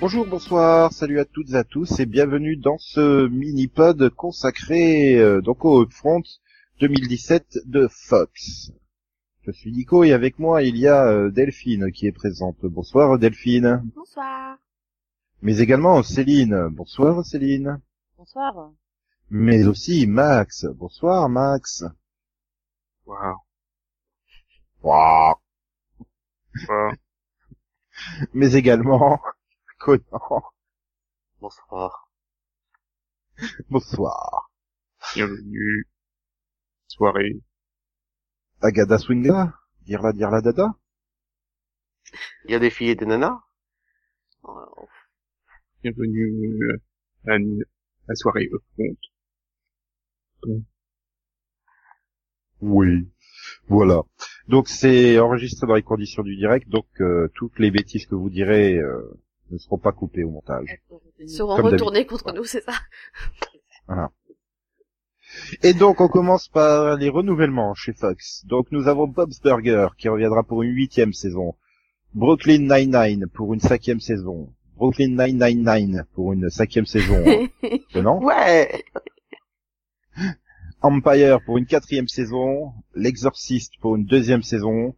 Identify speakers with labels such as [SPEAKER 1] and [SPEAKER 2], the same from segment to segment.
[SPEAKER 1] Bonjour, bonsoir, salut à toutes et à tous et bienvenue dans ce mini-pod consacré euh, donc au Front 2017 de Fox. Je suis Nico et avec moi il y a euh, Delphine qui est présente. Bonsoir Delphine.
[SPEAKER 2] Bonsoir.
[SPEAKER 1] Mais également Céline. Bonsoir Céline.
[SPEAKER 2] Bonsoir.
[SPEAKER 1] Mais aussi Max. Bonsoir Max.
[SPEAKER 3] Waouh.
[SPEAKER 1] Ouah.
[SPEAKER 3] Waouh.
[SPEAKER 1] Mais également Conan.
[SPEAKER 3] Bonsoir.
[SPEAKER 1] Bonsoir.
[SPEAKER 3] Bienvenue. Soirée.
[SPEAKER 1] Agada Swinga. Dirla Dirla Dada.
[SPEAKER 4] Il y a des filles et des nanas
[SPEAKER 3] Bienvenue euh, à une- la soirée Upfront.
[SPEAKER 1] Oui. Voilà. Donc c'est enregistré dans les conditions du direct, donc euh, toutes les bêtises que vous direz euh, ne seront pas coupées au montage.
[SPEAKER 2] Seront
[SPEAKER 1] Comme
[SPEAKER 2] retournés contre nous, c'est ça
[SPEAKER 1] Et donc on commence par les renouvellements chez Fox. Donc nous avons Bob's Burger qui reviendra pour une huitième saison, Brooklyn Nine-Nine pour une cinquième saison, Brooklyn Nine-Nine-Nine pour une cinquième saison, Hein. non
[SPEAKER 4] Ouais
[SPEAKER 1] Empire pour une quatrième saison, L'Exorciste pour une deuxième saison,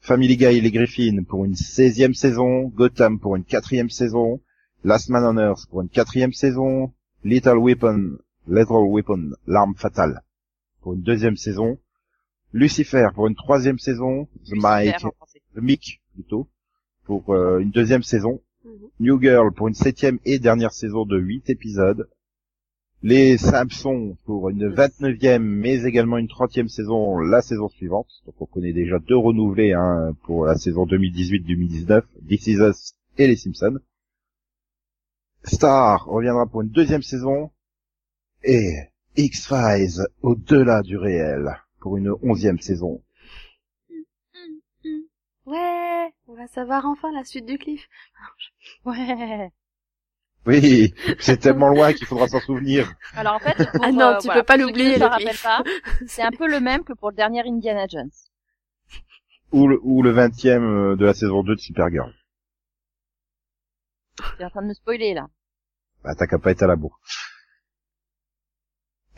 [SPEAKER 1] Family Guy et les Griffins pour une seizième saison, Gotham pour une quatrième saison, Last Man on Earth pour une quatrième saison, Little Weapon, Lethal Weapon, L'arme fatale pour une deuxième saison, Lucifer pour une troisième saison, The Mike,
[SPEAKER 2] Super, en français.
[SPEAKER 1] The Mick plutôt pour euh, une deuxième saison,
[SPEAKER 2] Mhm.
[SPEAKER 1] New Girl pour une septième et dernière saison de huit épisodes, Les Simpsons pour une vingt-neuvième mais également une trentième saison la saison suivante. Donc on connaît déjà deux renouvelés hein, pour la saison 2018-2019, This Is Us et Les Simpsons. Star reviendra pour une deuxième saison et X-Files au-delà du réel pour une onzième saison.
[SPEAKER 2] Ouais, on va savoir enfin la suite du cliff. Ouais.
[SPEAKER 1] Oui, c'est tellement loin qu'il faudra s'en souvenir.
[SPEAKER 5] Alors en fait, pour,
[SPEAKER 2] Ah non,
[SPEAKER 5] euh,
[SPEAKER 2] tu
[SPEAKER 5] voilà,
[SPEAKER 2] peux pas
[SPEAKER 5] pour ceux qui ne
[SPEAKER 2] l'oublier,
[SPEAKER 5] se
[SPEAKER 2] le
[SPEAKER 5] rappellent
[SPEAKER 2] cliff.
[SPEAKER 5] pas, C'est un peu le même que pour le dernier Indiana Jones.
[SPEAKER 1] Ou le, ou le 20e de la saison 2 de Supergirl.
[SPEAKER 5] Tu es en train de me spoiler là.
[SPEAKER 1] Bah, t'as qu'à pas être à la bourre.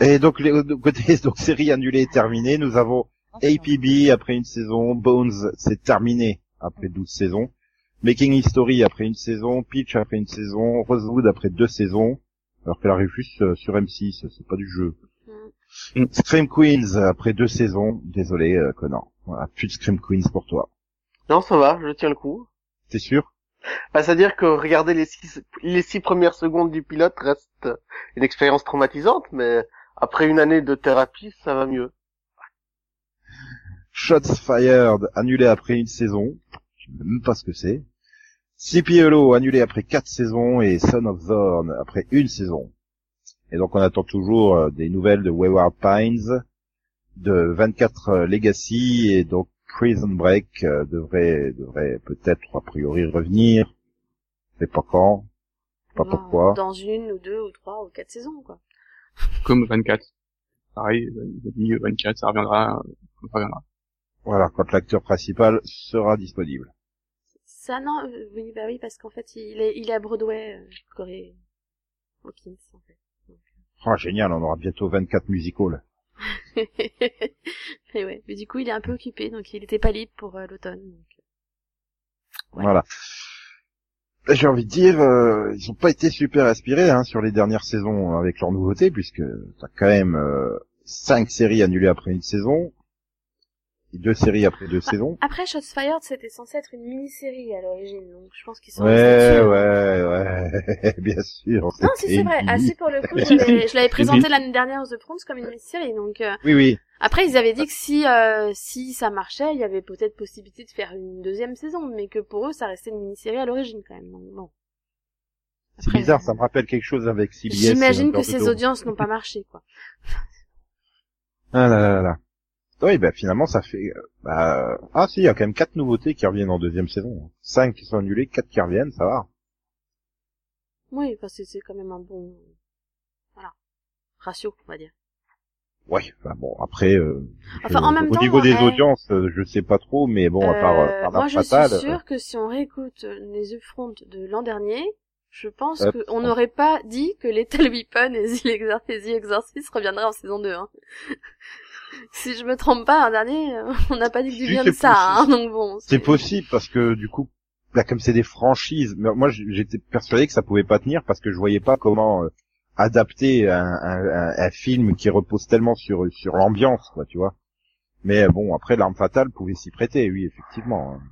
[SPEAKER 1] Et donc, les, côté donc, série annulée et terminée, nous avons
[SPEAKER 5] Non, c'est bon.
[SPEAKER 1] APB après une saison, Bones c'est terminé après 12 saisons, Making History après une saison, Peach après une saison, Rosewood après deux saisons, alors qu'elle arrive juste euh, sur M6, c'est pas du jeu.
[SPEAKER 3] Mm.
[SPEAKER 1] Scream Queens après deux saisons, désolé euh, Conan, voilà, plus de Scream Queens pour toi.
[SPEAKER 4] Non, ça va, je tiens le coup.
[SPEAKER 1] T'es sûr
[SPEAKER 4] Bah, C'est-à-dire que regarder les six, les six premières secondes du pilote reste une expérience traumatisante, mais après une année de thérapie, ça va mieux.
[SPEAKER 1] Shots Fired annulé après une saison, je sais même pas ce que c'est. CPLO annulé après quatre saisons et Son of Zorn après une saison. Et donc on attend toujours euh, des nouvelles de Wayward Pines, de 24 euh, Legacy et donc Prison Break euh, devrait devrait peut-être a priori revenir, mais pas quand, pas
[SPEAKER 2] Dans-
[SPEAKER 1] pourquoi.
[SPEAKER 2] Dans une ou deux ou trois ou quatre saisons, quoi.
[SPEAKER 3] Comme 24. Pareil, euh, ils ont dit, euh, 24, ça reviendra, euh, ça reviendra.
[SPEAKER 1] Voilà, quand l'acteur principal sera disponible.
[SPEAKER 2] Ça, non, euh, oui, bah oui, parce qu'en fait, il est, il est à Broadway, euh, Corée, Hawkins, en
[SPEAKER 1] Oh génial, on aura bientôt 24 musicals.
[SPEAKER 2] fait. Mais ouais. Mais du coup, il est un peu occupé, donc il était pas libre pour euh, l'automne. donc. Ouais.
[SPEAKER 1] Voilà. J'ai envie de dire, euh, ils ont pas été super aspirés hein, sur les dernières saisons avec leurs nouveautés, puisque t'as quand même euh, cinq séries annulées après une saison, et deux séries après deux saisons.
[SPEAKER 2] Après, Shots Fired, c'était censé être une mini-série à l'origine, donc je pense qu'ils sont restés
[SPEAKER 1] Ouais, ouais,
[SPEAKER 2] dessus.
[SPEAKER 1] ouais, bien sûr.
[SPEAKER 2] Non, si, c'est
[SPEAKER 1] c'était
[SPEAKER 2] vrai.
[SPEAKER 1] une-
[SPEAKER 2] Ah, si, pour le coup,
[SPEAKER 3] Oui.
[SPEAKER 2] je l'avais- je l'avais présenté
[SPEAKER 3] Oui.
[SPEAKER 2] l'année dernière aux The Proms comme une série. Donc euh,
[SPEAKER 1] Oui, oui.
[SPEAKER 2] après, ils avaient dit que si euh, si ça marchait, il y avait peut-être possibilité de faire une deuxième saison, mais que pour eux, ça restait une mini-série à l'origine quand même. Donc, bon.
[SPEAKER 1] C'est
[SPEAKER 2] Après,
[SPEAKER 1] bizarre, ça me rappelle quelque chose avec CBS. et
[SPEAKER 2] J'imagine
[SPEAKER 1] Under
[SPEAKER 2] que
[SPEAKER 1] the
[SPEAKER 2] ces
[SPEAKER 1] Dome.
[SPEAKER 2] audiences n'ont pas marché, quoi.
[SPEAKER 1] Ah là là là là. Oui, bah finalement, ça fait... euh, Bah... euh, Ah si, il y a quand même quatre nouveautés qui reviennent en deuxième saison. Cinq qui sont annulées, quatre qui reviennent, ça va.
[SPEAKER 2] Oui, parce que c'est quand même un bon, voilà, ratio, on va dire.
[SPEAKER 1] Ouais, enfin bon, après, euh,
[SPEAKER 2] Enfin,
[SPEAKER 1] je-
[SPEAKER 2] en même
[SPEAKER 1] au
[SPEAKER 2] temps,
[SPEAKER 1] niveau des
[SPEAKER 2] ouais.
[SPEAKER 1] audiences, euh, je sais pas trop, mais bon, à part, euh,
[SPEAKER 2] Euh,
[SPEAKER 1] par la
[SPEAKER 2] moi, je
[SPEAKER 1] fatale,
[SPEAKER 2] euh, suis sûre que si on réécoute les œufs front de l'an dernier, Je pense
[SPEAKER 1] Euh,
[SPEAKER 2] qu'on n'aurait pas dit que Lethal Weapon et The Exor- et The Exorcist reviendraient en saison 2. Hein. si je me trompe pas, un dernier, euh, on n'a pas dit que du
[SPEAKER 1] Si,
[SPEAKER 2] bien
[SPEAKER 1] c'est
[SPEAKER 2] de ça. Hein,
[SPEAKER 1] possible.
[SPEAKER 2] donc bon,
[SPEAKER 1] C'est possible parce que du coup, là, comme c'est des franchises, mais moi j- j'étais persuadé que ça pouvait pas tenir parce que je voyais pas comment euh, adapter un, un- un- un film qui repose tellement sur sur l'ambiance, quoi, tu vois. Mais euh, bon, après, l'arme fatale pouvait s'y prêter, oui, effectivement. hein.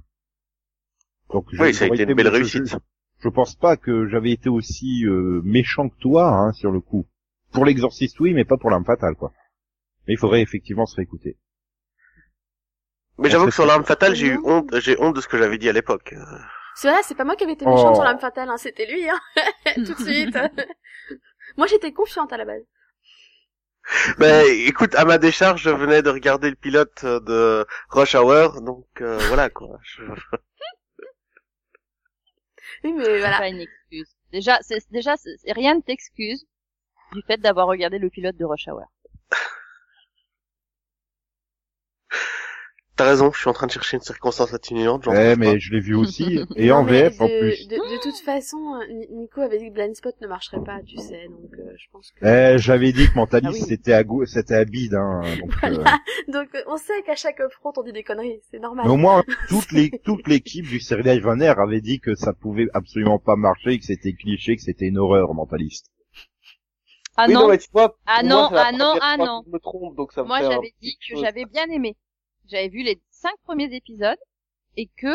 [SPEAKER 1] Donc, je-
[SPEAKER 6] Oui, ça a
[SPEAKER 1] j'aurais
[SPEAKER 6] été une belle
[SPEAKER 1] je- je-
[SPEAKER 6] réussite.
[SPEAKER 1] je pense pas que j'avais été aussi euh, méchant que toi hein, sur le coup. Pour l'exorciste, oui, mais pas pour l'arme fatale, quoi. Mais il faudrait effectivement se réécouter.
[SPEAKER 6] Mais
[SPEAKER 1] On
[SPEAKER 6] j'avoue
[SPEAKER 1] sait
[SPEAKER 6] que sur
[SPEAKER 1] pas.
[SPEAKER 6] l'arme fatale, j'ai eu honte, j'ai honte de ce que j'avais dit à l'époque.
[SPEAKER 2] C'est vrai, c'est pas moi qui avais été méchante
[SPEAKER 1] Oh.
[SPEAKER 2] sur l'âme fatale, hein, c'était lui, hein, tout de suite. moi j'étais confiante à la base.
[SPEAKER 6] Ben, Ben, écoute, à ma décharge, je venais de regarder le pilote euh, de Rush Hour, donc euh, voilà quoi. Je-
[SPEAKER 2] Oui, mais
[SPEAKER 5] C'est
[SPEAKER 2] voilà.
[SPEAKER 5] pas une excuse. Déjà, c'est, déjà, c'est- c'est- rien ne t'excuse du fait d'avoir regardé le pilote de Rush Hour.
[SPEAKER 6] T'as raison.
[SPEAKER 4] Raison, je suis en train de chercher une circonstance atténuante, j'en
[SPEAKER 1] Ouais,
[SPEAKER 4] trouve
[SPEAKER 1] Eh, mais je l'ai vu aussi, et
[SPEAKER 2] Non,
[SPEAKER 1] en
[SPEAKER 2] mais
[SPEAKER 1] VF en
[SPEAKER 2] de-
[SPEAKER 1] plus.
[SPEAKER 2] De, de toute façon, euh, Ni- Nico avait dit que Blind Spot ne marcherait pas, tu sais, donc euh, je pense que...
[SPEAKER 1] Eh, j'avais dit que Mentalist
[SPEAKER 5] Ah oui.
[SPEAKER 1] c'était à go- c'était à bide, hein. Donc, euh,
[SPEAKER 2] Voilà. Donc euh, on sait qu'à chaque front on dit des conneries, c'est normal.
[SPEAKER 1] Mais au moins toute les toute l'équipe du Serial Vaner avait dit que ça pouvait absolument pas marcher, que c'était cliché, que c'était une horreur mentaliste.
[SPEAKER 5] Ah
[SPEAKER 4] Oui,
[SPEAKER 5] non,
[SPEAKER 4] mais tu vois,
[SPEAKER 5] Ah
[SPEAKER 4] pour
[SPEAKER 5] non,
[SPEAKER 4] moi, c'est la
[SPEAKER 5] ah non,
[SPEAKER 4] première
[SPEAKER 5] ah
[SPEAKER 4] fois
[SPEAKER 5] non.
[SPEAKER 4] que Je me trompe, donc ça me
[SPEAKER 5] moi
[SPEAKER 4] fait un
[SPEAKER 5] j'avais dit
[SPEAKER 4] petit
[SPEAKER 5] que
[SPEAKER 4] peu-
[SPEAKER 5] j'avais bien aimé. J'avais vu les cinq premiers épisodes et que,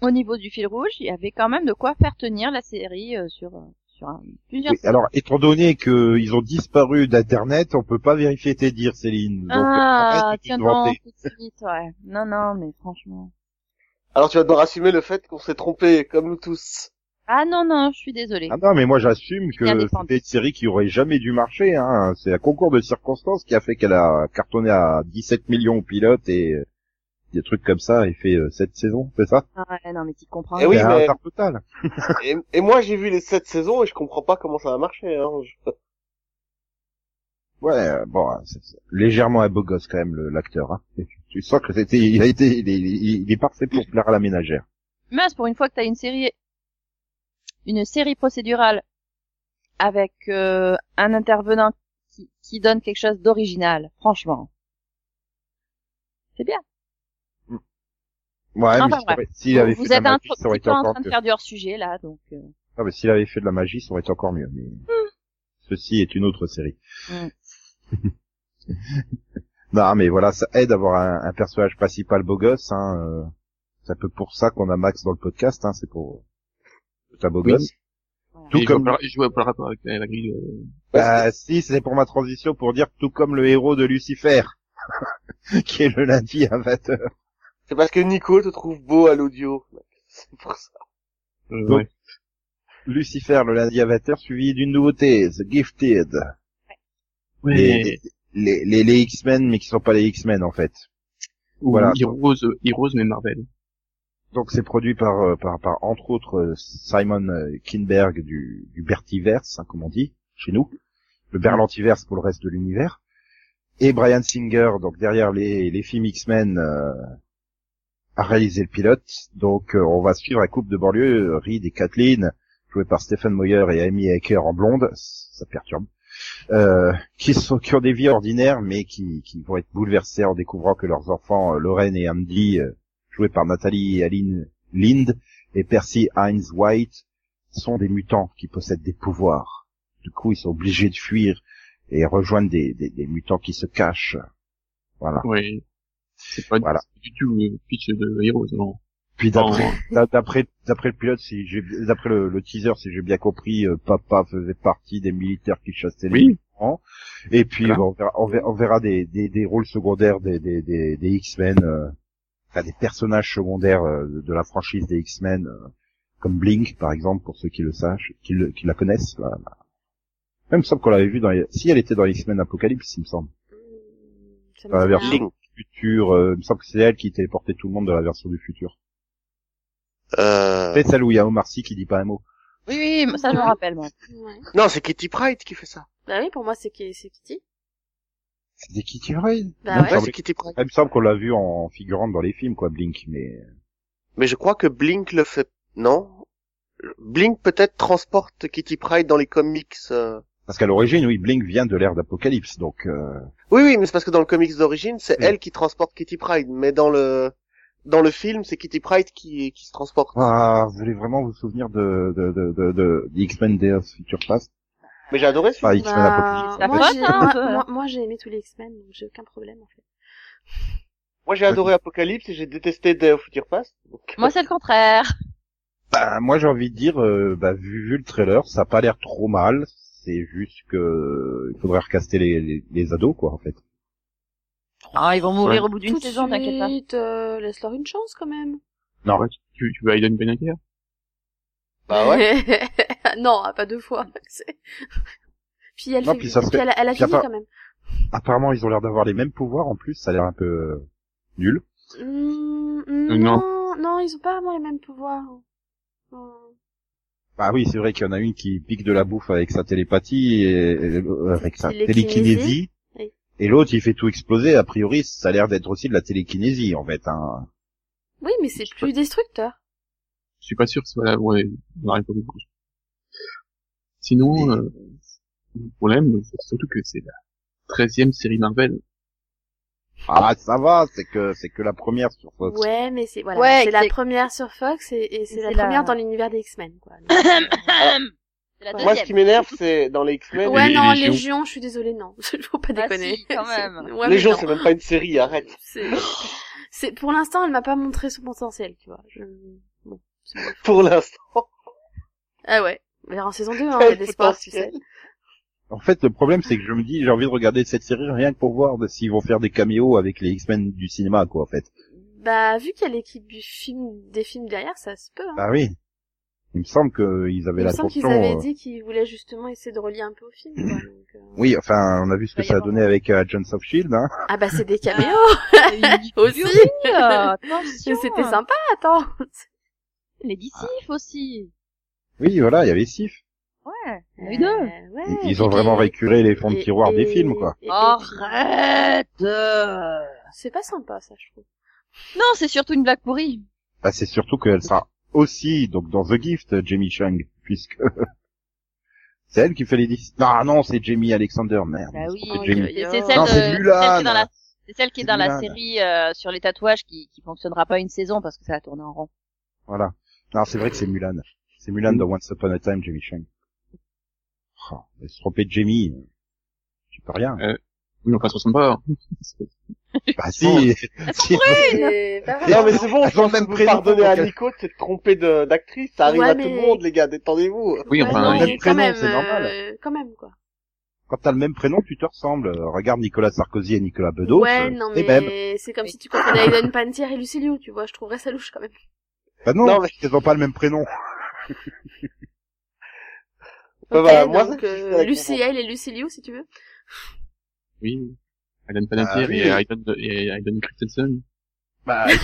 [SPEAKER 5] au niveau du fil rouge, il y avait quand même de quoi faire tenir la série euh, sur, euh, sur un- plusieurs
[SPEAKER 1] Oui, alors étant donné que ils ont disparu d'internet, on peut pas vérifier tes dires, Céline. Donc,
[SPEAKER 5] ah,
[SPEAKER 1] arrête de te
[SPEAKER 5] tiens
[SPEAKER 1] vanter.
[SPEAKER 5] donc, tout de suite, ouais. Non, non, mais franchement.
[SPEAKER 4] Alors tu vas devoir assumer le fait qu'on s'est trompé, comme nous tous.
[SPEAKER 5] Ah non, non, je suis désolée.
[SPEAKER 1] Ah non, mais moi j'assume que
[SPEAKER 5] Bien défendu.
[SPEAKER 1] c'était une série qui aurait jamais dû marcher. Hein. C'est un concours de circonstances qui a fait qu'elle a cartonné à 17 millions au pilote et euh, des trucs comme ça et fait 7 saisons, c'est ça
[SPEAKER 5] Ah, ouais, non, mais tu comprends.
[SPEAKER 4] Eh oui,
[SPEAKER 1] C'est un
[SPEAKER 4] mais-
[SPEAKER 1] hasard total.
[SPEAKER 4] et, et moi j'ai vu les sept saisons et je comprends pas comment ça va marcher. Hein. Je-
[SPEAKER 1] Ouais, euh, bon, c'est- c'est légèrement un beau gosse quand même le- l'acteur. Hein. Et tu- Tu sens que c'était, il a été, il est, il est parfait pour plaire à la ménagère.
[SPEAKER 5] Mince, pour une fois que t'as une série, une série procédurale avec euh, un intervenant qui, qui donne quelque chose d'original, franchement. C'est bien.
[SPEAKER 1] Ouais,
[SPEAKER 5] Enfin,
[SPEAKER 1] mais s'il
[SPEAKER 5] bref.
[SPEAKER 1] aurait- s'il avait
[SPEAKER 5] vous
[SPEAKER 1] fait de la
[SPEAKER 5] êtes un
[SPEAKER 1] magie,
[SPEAKER 5] petit
[SPEAKER 1] ça aurait été
[SPEAKER 5] peu en
[SPEAKER 1] encore
[SPEAKER 5] train de
[SPEAKER 1] mieux.
[SPEAKER 5] faire du hors-sujet là, donc. euh,
[SPEAKER 1] Ah, mais s'il avait fait de la magie, ça aurait été encore mieux. Mais
[SPEAKER 5] Hmm.
[SPEAKER 1] ceci est une autre série.
[SPEAKER 5] mm.
[SPEAKER 1] non, mais voilà, ça aide d'avoir un, un personnage principal beau gosse. Hein. euh, C'est un peu pour ça qu'on a Max dans le podcast. Hein. C'est pour c'est un beau
[SPEAKER 3] Oui.
[SPEAKER 1] gosse. Tout
[SPEAKER 3] Et je
[SPEAKER 1] comme
[SPEAKER 3] vois pas- Je vois pas le rapport avec la la grille. euh,
[SPEAKER 1] bah, si, c'est pour ma transition pour dire tout comme le héros de Lucifer, qui est le lundi à 20 h
[SPEAKER 4] C'est parce que Nico te trouve beau à l'audio. C'est pour ça.
[SPEAKER 3] euh,
[SPEAKER 1] Donc,
[SPEAKER 3] ouais.
[SPEAKER 1] Lucifer le lundi à 20 h suivi d'une nouveauté, The Gifted. Les, les, les, les X-Men, mais qui sont pas les X-Men en fait.
[SPEAKER 3] Ou
[SPEAKER 1] voilà.
[SPEAKER 3] Heroes, euh, Heroes mais Marvel.
[SPEAKER 1] Donc c'est produit par, euh, par, par entre autres euh, Simon euh, Kinberg du, du Bertiverse, hein, comme on dit chez nous, le Berlantiverse pour le reste de l'univers, et Brian Singer, donc derrière les, les films X-Men, euh, a réalisé le pilote. Donc euh, on va suivre la coupe de banlieue, euh, Reed et Kathleen, jouées par Stephen Moyer et Amy Acker en blonde, ça perturbe, euh, qui, sont, qui ont des vies ordinaires mais qui, qui vont être bouleversées en découvrant que leurs enfants, euh, Lorraine et Andy, euh, joués par Nathalie et Aline Lind et Percy Hines White, sont des mutants qui possèdent des pouvoirs. Du coup, ils sont obligés de fuir et rejoindre des, des, des mutants qui se cachent. Voilà.
[SPEAKER 3] Ouais. C'est pas
[SPEAKER 1] Voilà.
[SPEAKER 3] du tout le pitch de Heroes, non.
[SPEAKER 1] Puis
[SPEAKER 3] Enfin,
[SPEAKER 1] d'après d'a- d'après d'après le pilote, si j'ai d'après le, le teaser, si j'ai bien compris, euh, Papa faisait partie des militaires qui chassaient les
[SPEAKER 3] oui.
[SPEAKER 1] Et puis
[SPEAKER 3] Voilà.
[SPEAKER 1] bah, on, verra, on verra- on verra des, des, des rôles secondaires des, des, des, des X-Men, euh, enfin des personnages secondaires euh, de la franchise des X-Men, euh, comme Blink par exemple pour ceux qui le sachent, qui, le- qui la connaissent. Là, là. Même semble qu'on l'avait vu dans les... si elle était dans les X-Men Apocalypse, il me semble.
[SPEAKER 2] Euh, Ça me
[SPEAKER 1] Dans la
[SPEAKER 2] dit
[SPEAKER 5] Ah.
[SPEAKER 1] version
[SPEAKER 2] rien.
[SPEAKER 1] du futur, euh, il me semble que c'est elle qui téléportait tout le monde dans la version du futur.
[SPEAKER 6] Euh...
[SPEAKER 1] Peut-être celle où il y a Omar Sy qui dit pas un mot.
[SPEAKER 5] Oui, oui, ça je me rappelle moi.
[SPEAKER 2] Ouais.
[SPEAKER 6] Non, c'est Kitty Pride qui fait ça.
[SPEAKER 2] Bah oui, pour moi c'est qui c'est Kitty.
[SPEAKER 1] C'était Kitty Pryde.
[SPEAKER 2] Bah
[SPEAKER 6] Ouais,
[SPEAKER 2] ouais.
[SPEAKER 6] c'est Kitty Pryde.
[SPEAKER 1] Ah, Il me semble qu'on l'a vu en figurante dans les films quoi, Blink, mais
[SPEAKER 6] Mais je crois que Blink le fait. Non Blink peut-être transporte Kitty Pride dans les comics. euh.
[SPEAKER 1] Parce qu'à l'origine, oui, Blink vient de l'ère d'Apocalypse, donc euh,
[SPEAKER 6] Oui, oui, mais c'est parce que dans le comics d'origine, c'est
[SPEAKER 1] Oui.
[SPEAKER 6] elle qui transporte Kitty Pride, mais dans le dans le film, c'est Kitty Pride qui qui se transporte.
[SPEAKER 1] ah, vous voulez vraiment vous souvenir de de de de, de- des X-Men Days Future Past,
[SPEAKER 6] Mais j'ai adoré. ce film.
[SPEAKER 1] pas X-Men Apocalypse.
[SPEAKER 5] Ça
[SPEAKER 2] Bah, moi,
[SPEAKER 5] pote,
[SPEAKER 2] j'ai,
[SPEAKER 5] hein, un
[SPEAKER 2] moi,
[SPEAKER 5] peu,
[SPEAKER 2] moi-
[SPEAKER 5] hein.
[SPEAKER 2] moi, j'ai aimé tous les X-Men, donc j'ai aucun problème en fait.
[SPEAKER 6] Moi, j'ai adoré Apocalypse et j'ai détesté Day of Future Past. donc-
[SPEAKER 5] Moi, c'est le contraire.
[SPEAKER 1] Bah, moi j'ai envie de dire, euh, bah, vu, vu le trailer, ça a pas l'air trop mal. C'est juste que euh, il faudrait recaster les, les, les ados quoi en fait.
[SPEAKER 5] Ah, ils vont mourir au bout
[SPEAKER 2] Tout
[SPEAKER 5] d'une
[SPEAKER 2] de
[SPEAKER 5] saison, t'inquiète pas.
[SPEAKER 2] suite, euh, laisse-leur une chance quand même.
[SPEAKER 1] Non.
[SPEAKER 3] Tu, tu veux Aiden Benaguer
[SPEAKER 6] Bah ouais.
[SPEAKER 2] non, ah, pas deux fois. C'est- puis elle,
[SPEAKER 1] Non,
[SPEAKER 2] fait-
[SPEAKER 1] puis ça serait-
[SPEAKER 2] elle, a- elle a
[SPEAKER 1] puis à
[SPEAKER 2] fini
[SPEAKER 1] part-
[SPEAKER 2] quand même.
[SPEAKER 1] Apparemment ils ont l'air d'avoir les mêmes pouvoirs en plus. Ça a l'air un peu euh, nul.
[SPEAKER 2] Hmm,
[SPEAKER 3] Euh, non.
[SPEAKER 2] non, non, ils ont pas vraiment les mêmes pouvoirs. Hmm.
[SPEAKER 1] Bah oui, c'est vrai qu'il y en a une qui pique de la bouffe avec sa télépathie et et l'au- avec sa
[SPEAKER 2] Télékinésie.
[SPEAKER 1] télékinésie.
[SPEAKER 2] Oui.
[SPEAKER 1] Et l'autre, il fait tout exploser. A priori, ça a l'air d'être aussi de la télékinésie, en fait. Hein.
[SPEAKER 2] Oui, mais c'est plus destructeur.
[SPEAKER 3] Je suis pas sûr que ce soit la ouais, on arrive pas beaucoup. Sinon, euh, le problème, c'est surtout que c'est la 13 e série Marvel.
[SPEAKER 1] Ah, ça va, c'est que c'est que la première sur Fox.
[SPEAKER 2] Ouais, mais c'est voilà,
[SPEAKER 5] Ouais,
[SPEAKER 2] c'est la
[SPEAKER 5] c'est-
[SPEAKER 2] première sur Fox et, et c'est
[SPEAKER 5] Et
[SPEAKER 2] la
[SPEAKER 5] c'est la-
[SPEAKER 2] première dans l'univers des X-Men. quoi. Donc, euh,
[SPEAKER 5] C'est la
[SPEAKER 4] Moi, ce qui
[SPEAKER 5] deuxième.
[SPEAKER 4] m'énerve, c'est dans les X-Men.
[SPEAKER 2] ouais,
[SPEAKER 3] Et
[SPEAKER 2] non,
[SPEAKER 3] Légion.
[SPEAKER 2] Légion, je suis désolée, non, faut pas
[SPEAKER 5] Bah
[SPEAKER 2] déconner.
[SPEAKER 5] si, quand même.
[SPEAKER 2] C'est- ouais, mais
[SPEAKER 4] les gens,
[SPEAKER 2] non.
[SPEAKER 4] c'est même pas une série, arrête.
[SPEAKER 2] C'est- C'est pour l'instant, elle m'a pas montré son potentiel, tu vois. Je... Bon, c'est bon.
[SPEAKER 4] Pour l'instant.
[SPEAKER 2] Ah ouais, mais en saison 2, hein, il y a
[SPEAKER 4] Quel
[SPEAKER 2] de l'espoir, tu sais.
[SPEAKER 4] potentiel.
[SPEAKER 1] En fait, le problème, c'est que je me dis, j'ai envie de regarder cette série rien que pour voir de- s'ils vont faire des caméos avec les X-Men du cinéma, quoi, en fait.
[SPEAKER 2] Bah vu qu'il y a l'équipe du film, des films derrière, ça se peut. Hein.
[SPEAKER 1] Ah oui. Il me semble qu'ils avaient
[SPEAKER 2] il me semble qu'ils
[SPEAKER 1] l'intention.
[SPEAKER 2] avaient
[SPEAKER 1] euh,
[SPEAKER 2] dit qu'ils voulaient justement essayer de relier un peu au film. Quoi, donc, euh.
[SPEAKER 1] Oui, enfin, on a vu ce que
[SPEAKER 2] Bah,
[SPEAKER 5] Il va y
[SPEAKER 1] ça a
[SPEAKER 5] avoir-
[SPEAKER 1] donné avec euh, Agents of Shield. Hein.
[SPEAKER 2] Ah bah c'est des caméos aussi.
[SPEAKER 5] Oui, euh, attention.
[SPEAKER 2] Mais C'était sympa, attends.
[SPEAKER 5] Les dissifs aussi.
[SPEAKER 1] Oui, voilà, il y avait Sif.
[SPEAKER 5] Ouais. Il y en a eu
[SPEAKER 2] Euh,
[SPEAKER 5] deux.
[SPEAKER 2] ouais.
[SPEAKER 1] Ils ont vraiment
[SPEAKER 2] Et-
[SPEAKER 1] récuré les fonds de
[SPEAKER 2] et-
[SPEAKER 1] tiroir des
[SPEAKER 2] et-
[SPEAKER 1] films, quoi.
[SPEAKER 2] et- et-
[SPEAKER 5] Arrête
[SPEAKER 2] C'est pas sympa, ça, je trouve.
[SPEAKER 5] Non, c'est surtout une blague pourrie.
[SPEAKER 1] Bah, c'est surtout qu'elle sera aussi donc dans The Gift, Jamie Chung, puisque c'est elle qui fait les 10. Ah non, c'est Jamie Alexander, merde.
[SPEAKER 5] Bah oui.
[SPEAKER 1] C'est
[SPEAKER 2] Oh,
[SPEAKER 1] Jamie.
[SPEAKER 2] aïe, aïe,
[SPEAKER 5] C'est
[SPEAKER 2] aïe.
[SPEAKER 5] c'est celle,
[SPEAKER 1] Non,
[SPEAKER 5] de-
[SPEAKER 1] c'est
[SPEAKER 5] c'est
[SPEAKER 1] Mulan.
[SPEAKER 5] celle qui est dans la, c'est celle qui est
[SPEAKER 1] C'est
[SPEAKER 5] dans la
[SPEAKER 1] Mulan.
[SPEAKER 5] série euh, sur les tatouages qui, qui fonctionnera pas une saison parce que ça a tourné en rond.
[SPEAKER 1] Voilà. Non, c'est vrai que c'est Mulan. C'est Mulan dans Once Upon a Time, Jamie Chung. Oh, elle se trompait de Jamie. Tu peux rien.
[SPEAKER 3] Oui, enfin, hein. ça ressemble pas.
[SPEAKER 1] Bah si. si.
[SPEAKER 2] C'est bah, pas vrai.
[SPEAKER 4] Non, mais c'est bon,
[SPEAKER 1] Elles
[SPEAKER 4] je
[SPEAKER 1] ont
[SPEAKER 4] pense
[SPEAKER 1] le même
[SPEAKER 4] que vous
[SPEAKER 1] prénom,
[SPEAKER 4] pardonnez
[SPEAKER 1] donc
[SPEAKER 4] à
[SPEAKER 1] elles-
[SPEAKER 4] Nico de s'être trompé de- d'actrice. Ça arrive
[SPEAKER 2] Ouais,
[SPEAKER 4] à
[SPEAKER 2] mais-
[SPEAKER 4] tout le monde, les gars, détendez-vous.
[SPEAKER 3] Oui,
[SPEAKER 2] Ouais,
[SPEAKER 3] enfin,
[SPEAKER 2] non,
[SPEAKER 1] même
[SPEAKER 2] mais
[SPEAKER 1] prénom,
[SPEAKER 2] quand même,
[SPEAKER 1] c'est normal.
[SPEAKER 2] euh, quand même, quoi.
[SPEAKER 1] Quand t'as le même prénom, tu te ressembles. Euh, Regarde Nicolas Sarkozy et Nicolas Bedos.
[SPEAKER 2] ouais,
[SPEAKER 1] euh,
[SPEAKER 2] non,
[SPEAKER 1] c'est même.
[SPEAKER 2] mais c'est comme si tu comprenais Aiden Pantier et Lucilio, tu vois, je trouverais ça louche, quand même.
[SPEAKER 1] Bah non,
[SPEAKER 4] Non,
[SPEAKER 1] non
[SPEAKER 4] mais-
[SPEAKER 1] ils ont pas le même prénom.
[SPEAKER 4] Bah,
[SPEAKER 2] Ok,
[SPEAKER 4] bah, moi,
[SPEAKER 2] donc,
[SPEAKER 4] ça, je suis d'accord.
[SPEAKER 2] euh, Luciel et Lucilio, si tu veux.
[SPEAKER 3] oui. Aiden
[SPEAKER 1] Ah,
[SPEAKER 3] Panettiere
[SPEAKER 1] oui.
[SPEAKER 3] et Aiden, et Aiden Christensen.
[SPEAKER 1] Bah,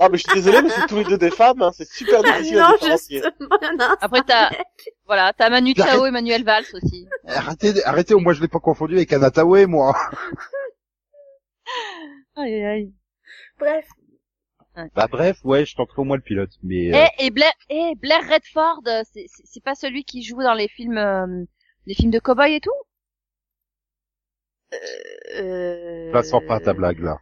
[SPEAKER 4] Ah, mais je suis désolé, mais c'est tous les deux des femmes, hein. C'est super
[SPEAKER 2] Ah,
[SPEAKER 4] difficile à
[SPEAKER 2] non,
[SPEAKER 4] différencier.
[SPEAKER 2] justement, il y en a un.
[SPEAKER 5] Après t'as, voilà, t'as Manu
[SPEAKER 1] J'arrête.
[SPEAKER 5] Chao et Manuel Valls aussi.
[SPEAKER 1] Eh, arrêtez, de- arrêtez. Moi, je l'ai pas confondu avec Anatawe, moi.
[SPEAKER 5] Aïe, aïe.
[SPEAKER 2] Bref.
[SPEAKER 1] Bah bref, ouais, je tenterai au moins le pilote, mais. euh,
[SPEAKER 5] Eh, et Blair, eh, Blair Redford, euh, c'est- c'est c'est pas celui qui joue dans les films, euh, les films de cowboy et tout? Eh,
[SPEAKER 2] Euh...
[SPEAKER 1] Là, sens pas ta blague là.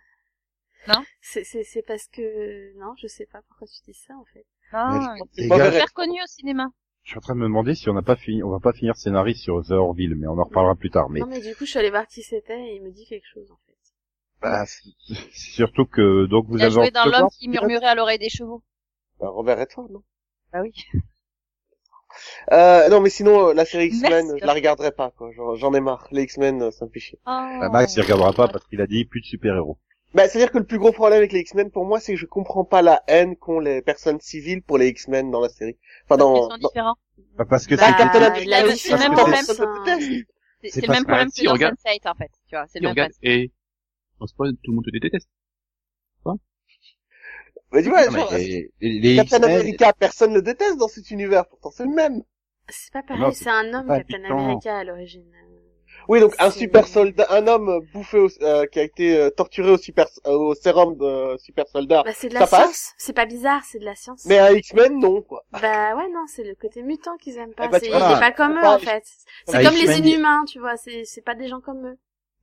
[SPEAKER 2] C'est, c'est, c'est parce que, non, je sais pas pourquoi tu dis ça, en fait.
[SPEAKER 5] Non.
[SPEAKER 1] Les
[SPEAKER 4] pas
[SPEAKER 1] gars,
[SPEAKER 4] vrai.
[SPEAKER 5] Ah, Super connu au cinéma.
[SPEAKER 1] je suis en train de me demander si on n'a pas fini, on va pas finir scénariste sur The Orville, mais on en reparlera plus tard. Mais
[SPEAKER 2] Non, mais du coup, je suis allée voir qui c'était et il me dit quelque chose, en fait.
[SPEAKER 1] bah, c'est- c'est surtout que donc vous
[SPEAKER 5] Il a
[SPEAKER 1] avez
[SPEAKER 5] joué
[SPEAKER 1] envie
[SPEAKER 5] dans
[SPEAKER 1] de
[SPEAKER 5] l'homme
[SPEAKER 1] voir
[SPEAKER 5] qui
[SPEAKER 1] ce pilote
[SPEAKER 5] murmurait à l'oreille des chevaux.
[SPEAKER 4] Bah, Robert Redford, non?
[SPEAKER 5] Bah oui.
[SPEAKER 4] Euh, non, mais sinon, euh, la série X-Men,
[SPEAKER 5] Merci.
[SPEAKER 4] je la regarderai pas, quoi. J'en- J'en ai marre. Les X-Men, euh, ça me fait chier.
[SPEAKER 5] Oh.
[SPEAKER 1] Bah, Max il regardera pas parce qu'il a dit plus de super héros.
[SPEAKER 4] Bah, c'est-à-dire que le plus gros problème avec les X-Men, pour moi, c'est que je comprends pas la haine qu'ont les personnes civiles pour les X-Men dans la série. Enfin, dans,
[SPEAKER 5] Ils sont
[SPEAKER 4] dans-
[SPEAKER 5] différents.
[SPEAKER 1] Bah, parce que
[SPEAKER 2] Bah,
[SPEAKER 1] c'est
[SPEAKER 4] Captain
[SPEAKER 2] la
[SPEAKER 4] America,
[SPEAKER 2] vie,
[SPEAKER 4] aussi,
[SPEAKER 5] c'est le même
[SPEAKER 4] parce que
[SPEAKER 5] problème.
[SPEAKER 4] c'est-
[SPEAKER 5] C'est
[SPEAKER 1] C'est
[SPEAKER 5] c'est le
[SPEAKER 1] parce-
[SPEAKER 5] même problème
[SPEAKER 3] ah, si,
[SPEAKER 5] que dans
[SPEAKER 3] regarde.
[SPEAKER 5] Sunset, en fait. Tu vois, c'est
[SPEAKER 3] Si
[SPEAKER 5] le
[SPEAKER 3] on
[SPEAKER 5] même
[SPEAKER 3] regarde,
[SPEAKER 5] principe.
[SPEAKER 3] et, on se pose, tout le monde te déteste.
[SPEAKER 4] Mais tu vois,
[SPEAKER 1] Non, mais
[SPEAKER 4] genre,
[SPEAKER 1] les- les- les
[SPEAKER 4] Captain
[SPEAKER 1] X-Men-
[SPEAKER 4] America, personne le déteste dans cet univers, pourtant c'est le même.
[SPEAKER 2] C'est pas pareil,
[SPEAKER 1] Non,
[SPEAKER 2] c'est un homme,
[SPEAKER 1] pas
[SPEAKER 2] Captain
[SPEAKER 1] habitant.
[SPEAKER 2] America, à l'origine.
[SPEAKER 4] Oui, donc un
[SPEAKER 2] C'est-
[SPEAKER 4] super soldat, un homme bouffé, au- euh, qui a été euh, torturé au super, euh, au sérum de euh, super soldat.
[SPEAKER 2] Bah, c'est de
[SPEAKER 4] Ça
[SPEAKER 2] la
[SPEAKER 4] passe
[SPEAKER 2] science. C'est pas bizarre, c'est de la science.
[SPEAKER 4] Mais un X-Men, non, quoi.
[SPEAKER 2] Bah ouais, non, c'est le côté mutant qu'ils aiment pas.
[SPEAKER 4] Eh bah,
[SPEAKER 2] c'est
[SPEAKER 4] tu
[SPEAKER 2] il est
[SPEAKER 1] vois,
[SPEAKER 2] pas comme eux,
[SPEAKER 4] pas-
[SPEAKER 2] en fait. C'est
[SPEAKER 1] Ah,
[SPEAKER 2] comme
[SPEAKER 1] ils
[SPEAKER 2] les
[SPEAKER 1] se
[SPEAKER 2] inhumains, tu vois. C'est c'est pas des gens comme eux.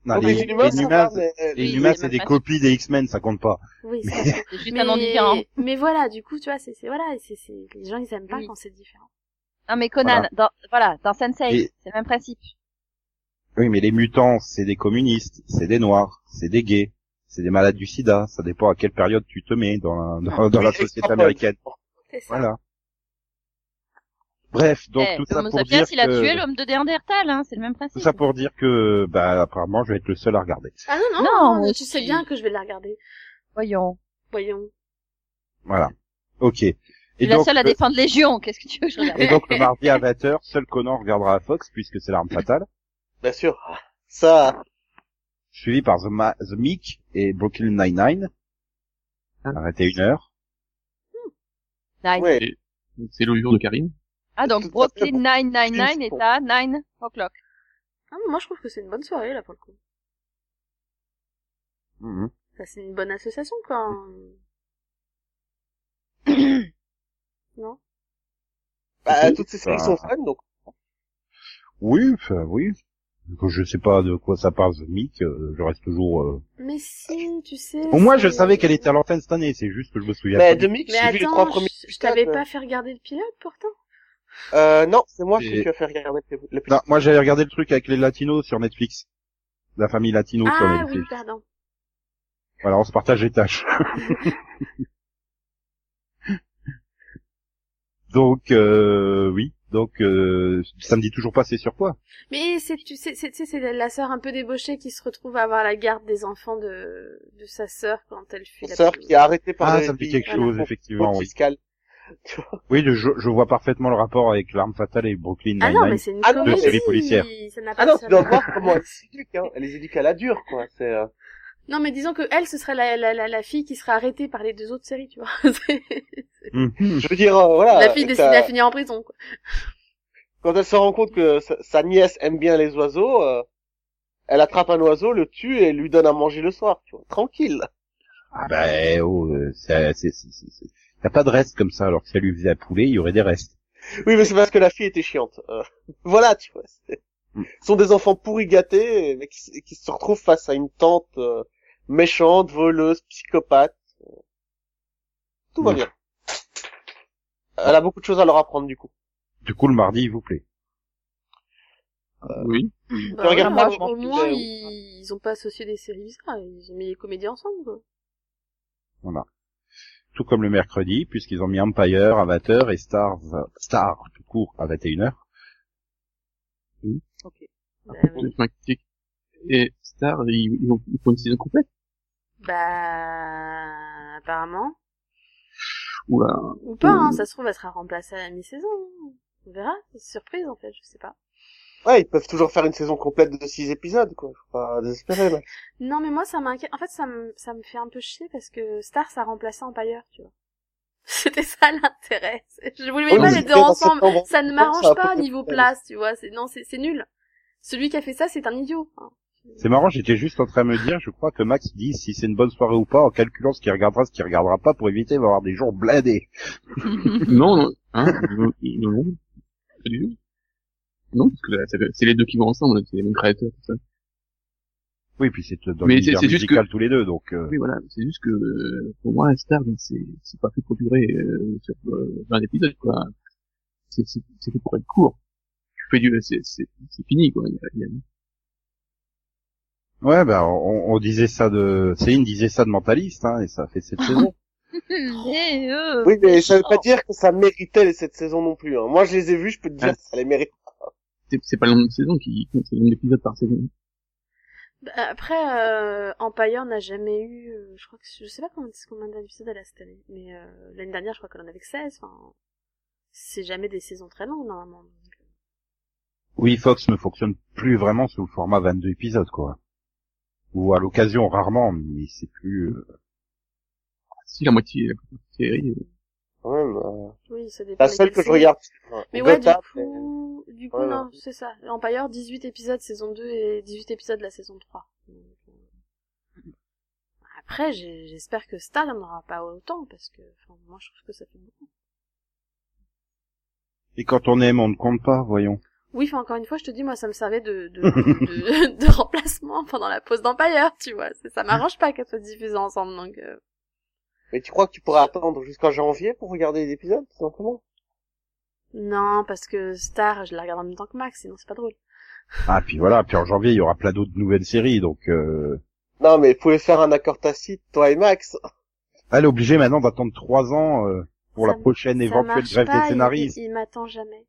[SPEAKER 1] Non,
[SPEAKER 4] Donc,
[SPEAKER 1] les,
[SPEAKER 4] les Inhumains,
[SPEAKER 1] les
[SPEAKER 4] ça
[SPEAKER 1] Inhumains,
[SPEAKER 4] va, mais, euh,
[SPEAKER 1] les
[SPEAKER 5] Oui,
[SPEAKER 1] Inhumains,
[SPEAKER 5] les
[SPEAKER 1] c'est des
[SPEAKER 5] Inhumains.
[SPEAKER 1] copies des X-Men, ça compte pas.
[SPEAKER 2] Oui,
[SPEAKER 1] Mais-
[SPEAKER 2] ça se
[SPEAKER 5] C'est juste un nom différent.
[SPEAKER 2] mais voilà, du coup, tu vois, c'est c'est- voilà, c'est c'est- les gens ils aiment pas
[SPEAKER 5] Oui.
[SPEAKER 2] quand c'est différent.
[SPEAKER 5] Non mais Conan,
[SPEAKER 1] Voilà.
[SPEAKER 5] dans, voilà, dans Sensei,
[SPEAKER 1] Et-
[SPEAKER 5] c'est le même principe.
[SPEAKER 1] Oui, mais les mutants, c'est des communistes, c'est des noirs, c'est des gays, c'est des malades du sida. Ça dépend à quelle période tu te mets dans, la- dans, dans la
[SPEAKER 4] Oui,
[SPEAKER 1] société
[SPEAKER 4] extrapole.
[SPEAKER 1] américaine.
[SPEAKER 2] C'est ça.
[SPEAKER 1] Voilà. Bref, donc
[SPEAKER 5] Eh,
[SPEAKER 1] tout ça
[SPEAKER 5] Homo
[SPEAKER 1] pour
[SPEAKER 5] sapiens,
[SPEAKER 1] dire
[SPEAKER 5] il a tué
[SPEAKER 1] que
[SPEAKER 5] l'homme de Neandertal, hein, c'est le même principe.
[SPEAKER 1] tout ça pour dire que bah apparemment je vais être le seul à regarder.
[SPEAKER 2] Ah non, non, non,
[SPEAKER 5] Non, moi
[SPEAKER 2] tu sais
[SPEAKER 5] aussi.
[SPEAKER 2] bien que je vais la regarder.
[SPEAKER 5] Voyons.
[SPEAKER 2] Voyons.
[SPEAKER 1] Voilà. Ok. Et euh,
[SPEAKER 5] Je suis la seule à
[SPEAKER 1] le-
[SPEAKER 5] défendre Légion, qu'est-ce que tu veux que je regarde
[SPEAKER 1] et donc le mardi à 20h, seul Conan regardera à Fox puisque c'est l'arme fatale,
[SPEAKER 4] Bien sûr. Ça,
[SPEAKER 1] suivi par The, Ma The Mick et Brooklyn Nine-Nine à 21h.
[SPEAKER 5] Nine.
[SPEAKER 4] ouais.
[SPEAKER 3] C'est le jour de Karine.
[SPEAKER 5] Ah donc Brooklyn 999 est à 9 o'clock.
[SPEAKER 2] Ah, moi je trouve que c'est une bonne soirée là pour le coup.
[SPEAKER 1] Mhm.
[SPEAKER 2] Enfin, c'est une bonne association quoi. non
[SPEAKER 4] Bah, toutes ces séries
[SPEAKER 1] Bah.
[SPEAKER 4] sont fun, donc.
[SPEAKER 1] Oui, enfin, oui. Que Je sais pas de quoi ça parle The Mick, euh, je reste toujours... euh,
[SPEAKER 2] Mais si, tu sais.
[SPEAKER 1] Au moins je
[SPEAKER 2] c'est-
[SPEAKER 1] savais qu'elle était à l'antenne cette année, c'est juste que je me souviens
[SPEAKER 4] Mais
[SPEAKER 1] pas. du-
[SPEAKER 4] Bah, demi,
[SPEAKER 2] Mais
[SPEAKER 4] j'ai vu les trois
[SPEAKER 2] attends,
[SPEAKER 4] premiers.
[SPEAKER 2] je, je t'avais
[SPEAKER 4] épisodes.
[SPEAKER 2] pas fait regarder le pilote pourtant.
[SPEAKER 4] Euh, non, c'est moi
[SPEAKER 1] Et-
[SPEAKER 4] qui ai fait regarder le le petit.
[SPEAKER 1] Non, moi j'avais regardé le truc avec les latinos sur Netflix. La famille latino sur
[SPEAKER 2] Ah oui,
[SPEAKER 1] Netflix.
[SPEAKER 2] pardon.
[SPEAKER 1] Voilà, on se partage les tâches. donc, euh, oui. Donc, euh, ça me dit toujours pas c'est sur quoi.
[SPEAKER 2] Mais c'est tu sais c'est tu sais, c'est la- la sœur un peu débauchée qui se retrouve à avoir la garde des enfants de de sa sœur quand elle fuit
[SPEAKER 4] Mon
[SPEAKER 2] la
[SPEAKER 4] sœur
[SPEAKER 2] plus-
[SPEAKER 4] qui est arrêtée par
[SPEAKER 1] Ah,
[SPEAKER 4] le
[SPEAKER 1] ça me dit
[SPEAKER 4] FBI,
[SPEAKER 1] quelque
[SPEAKER 2] voilà.
[SPEAKER 1] chose,
[SPEAKER 4] pour
[SPEAKER 1] effectivement,
[SPEAKER 4] fraude
[SPEAKER 1] oui.
[SPEAKER 4] fiscale.
[SPEAKER 1] Oui, je, je vois parfaitement le rapport avec l'arme fatale et Brooklyn
[SPEAKER 2] Ah
[SPEAKER 1] Nine-Nine.
[SPEAKER 2] non, mais c'est une
[SPEAKER 4] Ah non,
[SPEAKER 2] comédie.
[SPEAKER 1] série policière.
[SPEAKER 2] Ça n'a pas
[SPEAKER 4] Ah non,
[SPEAKER 2] ça
[SPEAKER 4] tu dois
[SPEAKER 2] n'a-
[SPEAKER 4] voir comment elle s'éduque, hein. Elle les éduque à la dure, quoi. C'est, euh,
[SPEAKER 2] Non, mais disons que elle, ce serait la, la, la, la fille qui serait arrêtée par les deux autres séries, tu vois. C'est- Hmm.
[SPEAKER 1] Mhm.
[SPEAKER 4] Je veux dire, euh, voilà.
[SPEAKER 2] la fille
[SPEAKER 4] ça-
[SPEAKER 2] décide à finir en prison. Quoi.
[SPEAKER 4] Quand elle se rend compte que sa, sa nièce aime bien les oiseaux, euh, elle attrape un oiseau, le tue et lui donne à manger le soir, tu vois. Tranquille.
[SPEAKER 1] Ah ben, oh, euh, c'est, c'est, c'est, c'est- c'est- y a pas de reste comme ça, alors que si elle lui faisait à poulet, il y aurait des restes.
[SPEAKER 4] Oui, mais c'est parce que la fille était chiante. Euh, voilà, tu vois. c'est- Ce sont des enfants pourris gâtés, mais qui, s- qui se retrouvent face à une tante euh, méchante, voleuse, psychopathe. Tout va
[SPEAKER 1] Mm.
[SPEAKER 4] bien. Elle a beaucoup de choses à leur apprendre, du coup.
[SPEAKER 1] Du coup, le mardi, il vous plaît. Euh,
[SPEAKER 3] Oui.
[SPEAKER 2] Bah
[SPEAKER 4] Tu regardes
[SPEAKER 2] ouais,
[SPEAKER 4] pas,
[SPEAKER 2] au-
[SPEAKER 4] je m'en
[SPEAKER 2] au
[SPEAKER 4] fiche,
[SPEAKER 2] moins,
[SPEAKER 4] euh,
[SPEAKER 2] ils, ils ont pas associé des séries bizarres. Ils ont mis les comédies ensemble. Quoi.
[SPEAKER 1] Tout comme le mercredi, puisqu'ils ont mis Empire à 20h et Stars, Star, tout court, à 21h.
[SPEAKER 2] Bah,
[SPEAKER 3] C'est ma critique. Et Star, ils, ils, ont- ils font une saison complète.
[SPEAKER 2] bah, apparemment.
[SPEAKER 3] Oula.
[SPEAKER 2] Ou pas,
[SPEAKER 4] Mmh.
[SPEAKER 2] hein, ça se trouve, elle sera remplacée à la mi-saison. hein. On verra. C'est une surprise, en fait, je sais pas.
[SPEAKER 4] Ouais, ils peuvent toujours faire une saison complète de six épisodes, quoi. Faut pas désespérer, là.
[SPEAKER 2] Non, mais moi, ça m'inquiète. En fait, ça me, ça me fait un peu chier parce que Star, ça remplaçait Empire, tu vois. C'était ça l'intérêt. C'est- Je voulais
[SPEAKER 4] Oui,
[SPEAKER 2] pas
[SPEAKER 4] mais
[SPEAKER 2] les
[SPEAKER 4] c'était
[SPEAKER 2] deux
[SPEAKER 4] dans
[SPEAKER 2] ensemble.
[SPEAKER 4] septembre.
[SPEAKER 2] Ça ne
[SPEAKER 4] Ça a
[SPEAKER 2] m'arrange
[SPEAKER 4] pas
[SPEAKER 2] pas
[SPEAKER 4] fait
[SPEAKER 2] niveau
[SPEAKER 4] de
[SPEAKER 2] place, tu vois. C'est, non, c'est, c'est nul. Celui qui a fait ça, c'est un idiot. hein.
[SPEAKER 1] C'est marrant, j'étais juste en train de me dire, je crois que Max dit si c'est une bonne soirée ou pas en calculant ce qu'il regardera, ce qu'il regardera pas pour éviter d'avoir des jours blindés.
[SPEAKER 3] non, non, hein, non, non, non, pas du tout. Non, parce que là, ça- c'est les deux qui vont ensemble, c'est les mêmes créateurs, tout ça.
[SPEAKER 1] Oui, puis c'est dans
[SPEAKER 3] Mais
[SPEAKER 1] l'univers
[SPEAKER 3] c'est- c'est juste
[SPEAKER 1] musical tous les deux, donc euh,
[SPEAKER 3] Oui, voilà, c'est juste que, euh, pour moi, Star, c'est, c'est pas fait pour durer, euh, sur, euh, 20 épisodes, quoi. C'est, c'est, c'est fait pour être court. Tu fais du, c'est, c'est, c'est fini, quoi. Il y a- il y a-
[SPEAKER 1] ouais, bah on, on disait ça de Céline disait ça de mentaliste, hein, et ça a fait cette saison.
[SPEAKER 5] Mais, euh,
[SPEAKER 4] Oui, mais ça veut pas
[SPEAKER 5] méchant.
[SPEAKER 4] dire que ça méritait cette saison non plus, hein. Moi, je les ai vus, je peux te dire,
[SPEAKER 3] Ah.
[SPEAKER 4] ça les mérite.
[SPEAKER 3] c'est, c'est pas le nombre de saisons qui compte, c'est le nombre d'épisodes par saison.
[SPEAKER 2] Bah, Après, euh, Empire n'a jamais eu, euh, je crois que, je sais pas combien, combien d'épisodes elle a cette année, mais euh, l'année dernière, je crois qu'elle en avait que 16. Enfin, c'est jamais des saisons très longues, normalement.
[SPEAKER 1] oui, Fox ne fonctionne plus vraiment sous le format 22 épisodes, quoi. Ou à l'occasion, rarement, mais c'est plus. euh,
[SPEAKER 3] Ah, Si la moitié, la plupart des séries, euh,
[SPEAKER 4] Quand même, euh,
[SPEAKER 2] Oui, ça dépend.
[SPEAKER 4] la seule
[SPEAKER 2] lesquelles
[SPEAKER 4] que je
[SPEAKER 2] séries.
[SPEAKER 4] regarde.
[SPEAKER 2] Mais
[SPEAKER 4] euh,
[SPEAKER 2] ouais, du
[SPEAKER 4] Gotham,
[SPEAKER 2] coup, du coup,
[SPEAKER 4] Ouais,
[SPEAKER 2] non, c'est ça. Empire, 18 épisodes saison 2 et 18 épisodes la saison 3. Donc, euh, Après, j'ai- j'espère que Star n'en aura pas autant, parce que, enfin, moi, je trouve que ça fait beaucoup.
[SPEAKER 1] Et quand on aime, on ne compte pas, voyons.
[SPEAKER 2] Oui, enfin, encore une fois, je te dis, moi, ça me servait de, de, de, de remplacement pendant la pause d'Empire, tu vois. C'est- Ça m'arrange pas qu'elles soient diffusées ensemble, donc, euh,
[SPEAKER 4] Mais tu crois que tu pourras attendre jusqu'en janvier pour regarder les épisodes, tout simplement
[SPEAKER 2] non, parce que Star, je la regarde en même temps que Max, sinon c'est pas drôle.
[SPEAKER 1] Ah, puis voilà, puis en janvier, il y aura plein d'autres nouvelles séries, donc... Euh...
[SPEAKER 4] Non, mais vous pouvez faire un accord tacite, toi et Max.
[SPEAKER 1] Elle est obligée maintenant d'attendre trois ans euh, pour
[SPEAKER 2] Ça
[SPEAKER 1] la
[SPEAKER 2] m-
[SPEAKER 1] prochaine
[SPEAKER 2] ça
[SPEAKER 1] éventuelle
[SPEAKER 2] marche
[SPEAKER 1] grève
[SPEAKER 2] pas,
[SPEAKER 1] des
[SPEAKER 2] il-
[SPEAKER 1] scénaristes.
[SPEAKER 2] Il, il m'attend jamais.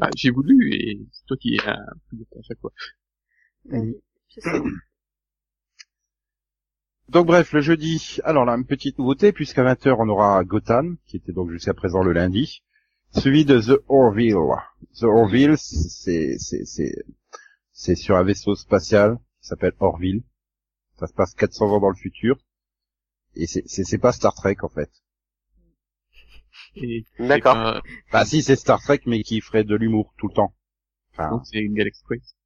[SPEAKER 3] Ah, j'ai voulu, et c'est toi qui as à chaque fois.
[SPEAKER 1] Mhm.
[SPEAKER 2] Bah Je sais.
[SPEAKER 1] Donc bref, le jeudi, alors là, une petite nouveauté, puisqu'à 20h, on aura Gotham, qui était donc jusqu'à présent le lundi, suivi de The Orville. The Orville, c'est, c'est, c'est, c'est sur un vaisseau spatial qui s'appelle Orville. Ça se passe 400 ans dans le futur. Et c'est, c'est, c'est pas Star Trek, en fait.
[SPEAKER 3] Et
[SPEAKER 6] D'accord.
[SPEAKER 3] c'est pas-
[SPEAKER 1] Bah si, c'est Star Trek, mais qui ferait de l'humour tout le temps. Enfin,
[SPEAKER 3] donc c'est une Galaxy Quest.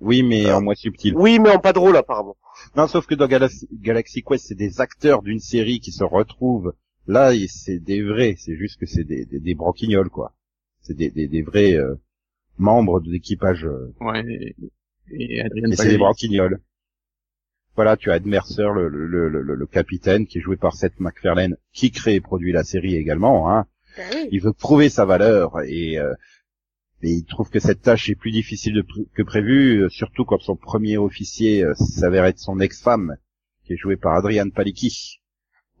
[SPEAKER 1] oui, mais en moins subtil.
[SPEAKER 6] Oui, mais en pas drôle, apparemment.
[SPEAKER 1] Non, sauf que dans Galaxy, Galaxy Quest, c'est des acteurs d'une série qui se retrouvent. Là, et c'est des vrais. C'est juste que c'est des, des, des branquignoles, quoi. C'est des, des, des vrais euh, membres de l'équipage. euh,
[SPEAKER 3] Ouais, et, et Adrien
[SPEAKER 1] mais c'est
[SPEAKER 3] Pagliari.
[SPEAKER 1] des branquignoles. Voilà, tu as Ed Mercer, le, le, le, le- le capitaine, qui est joué par Seth MacFarlane, qui crée et produit la série également. Hein.
[SPEAKER 2] Bah oui.
[SPEAKER 1] Il veut prouver sa valeur et, euh, et il trouve que cette tâche est plus difficile de pr- que prévu, euh, surtout quand son premier officier euh, s'avère être son ex-femme, qui est jouée par Adrian Palicki.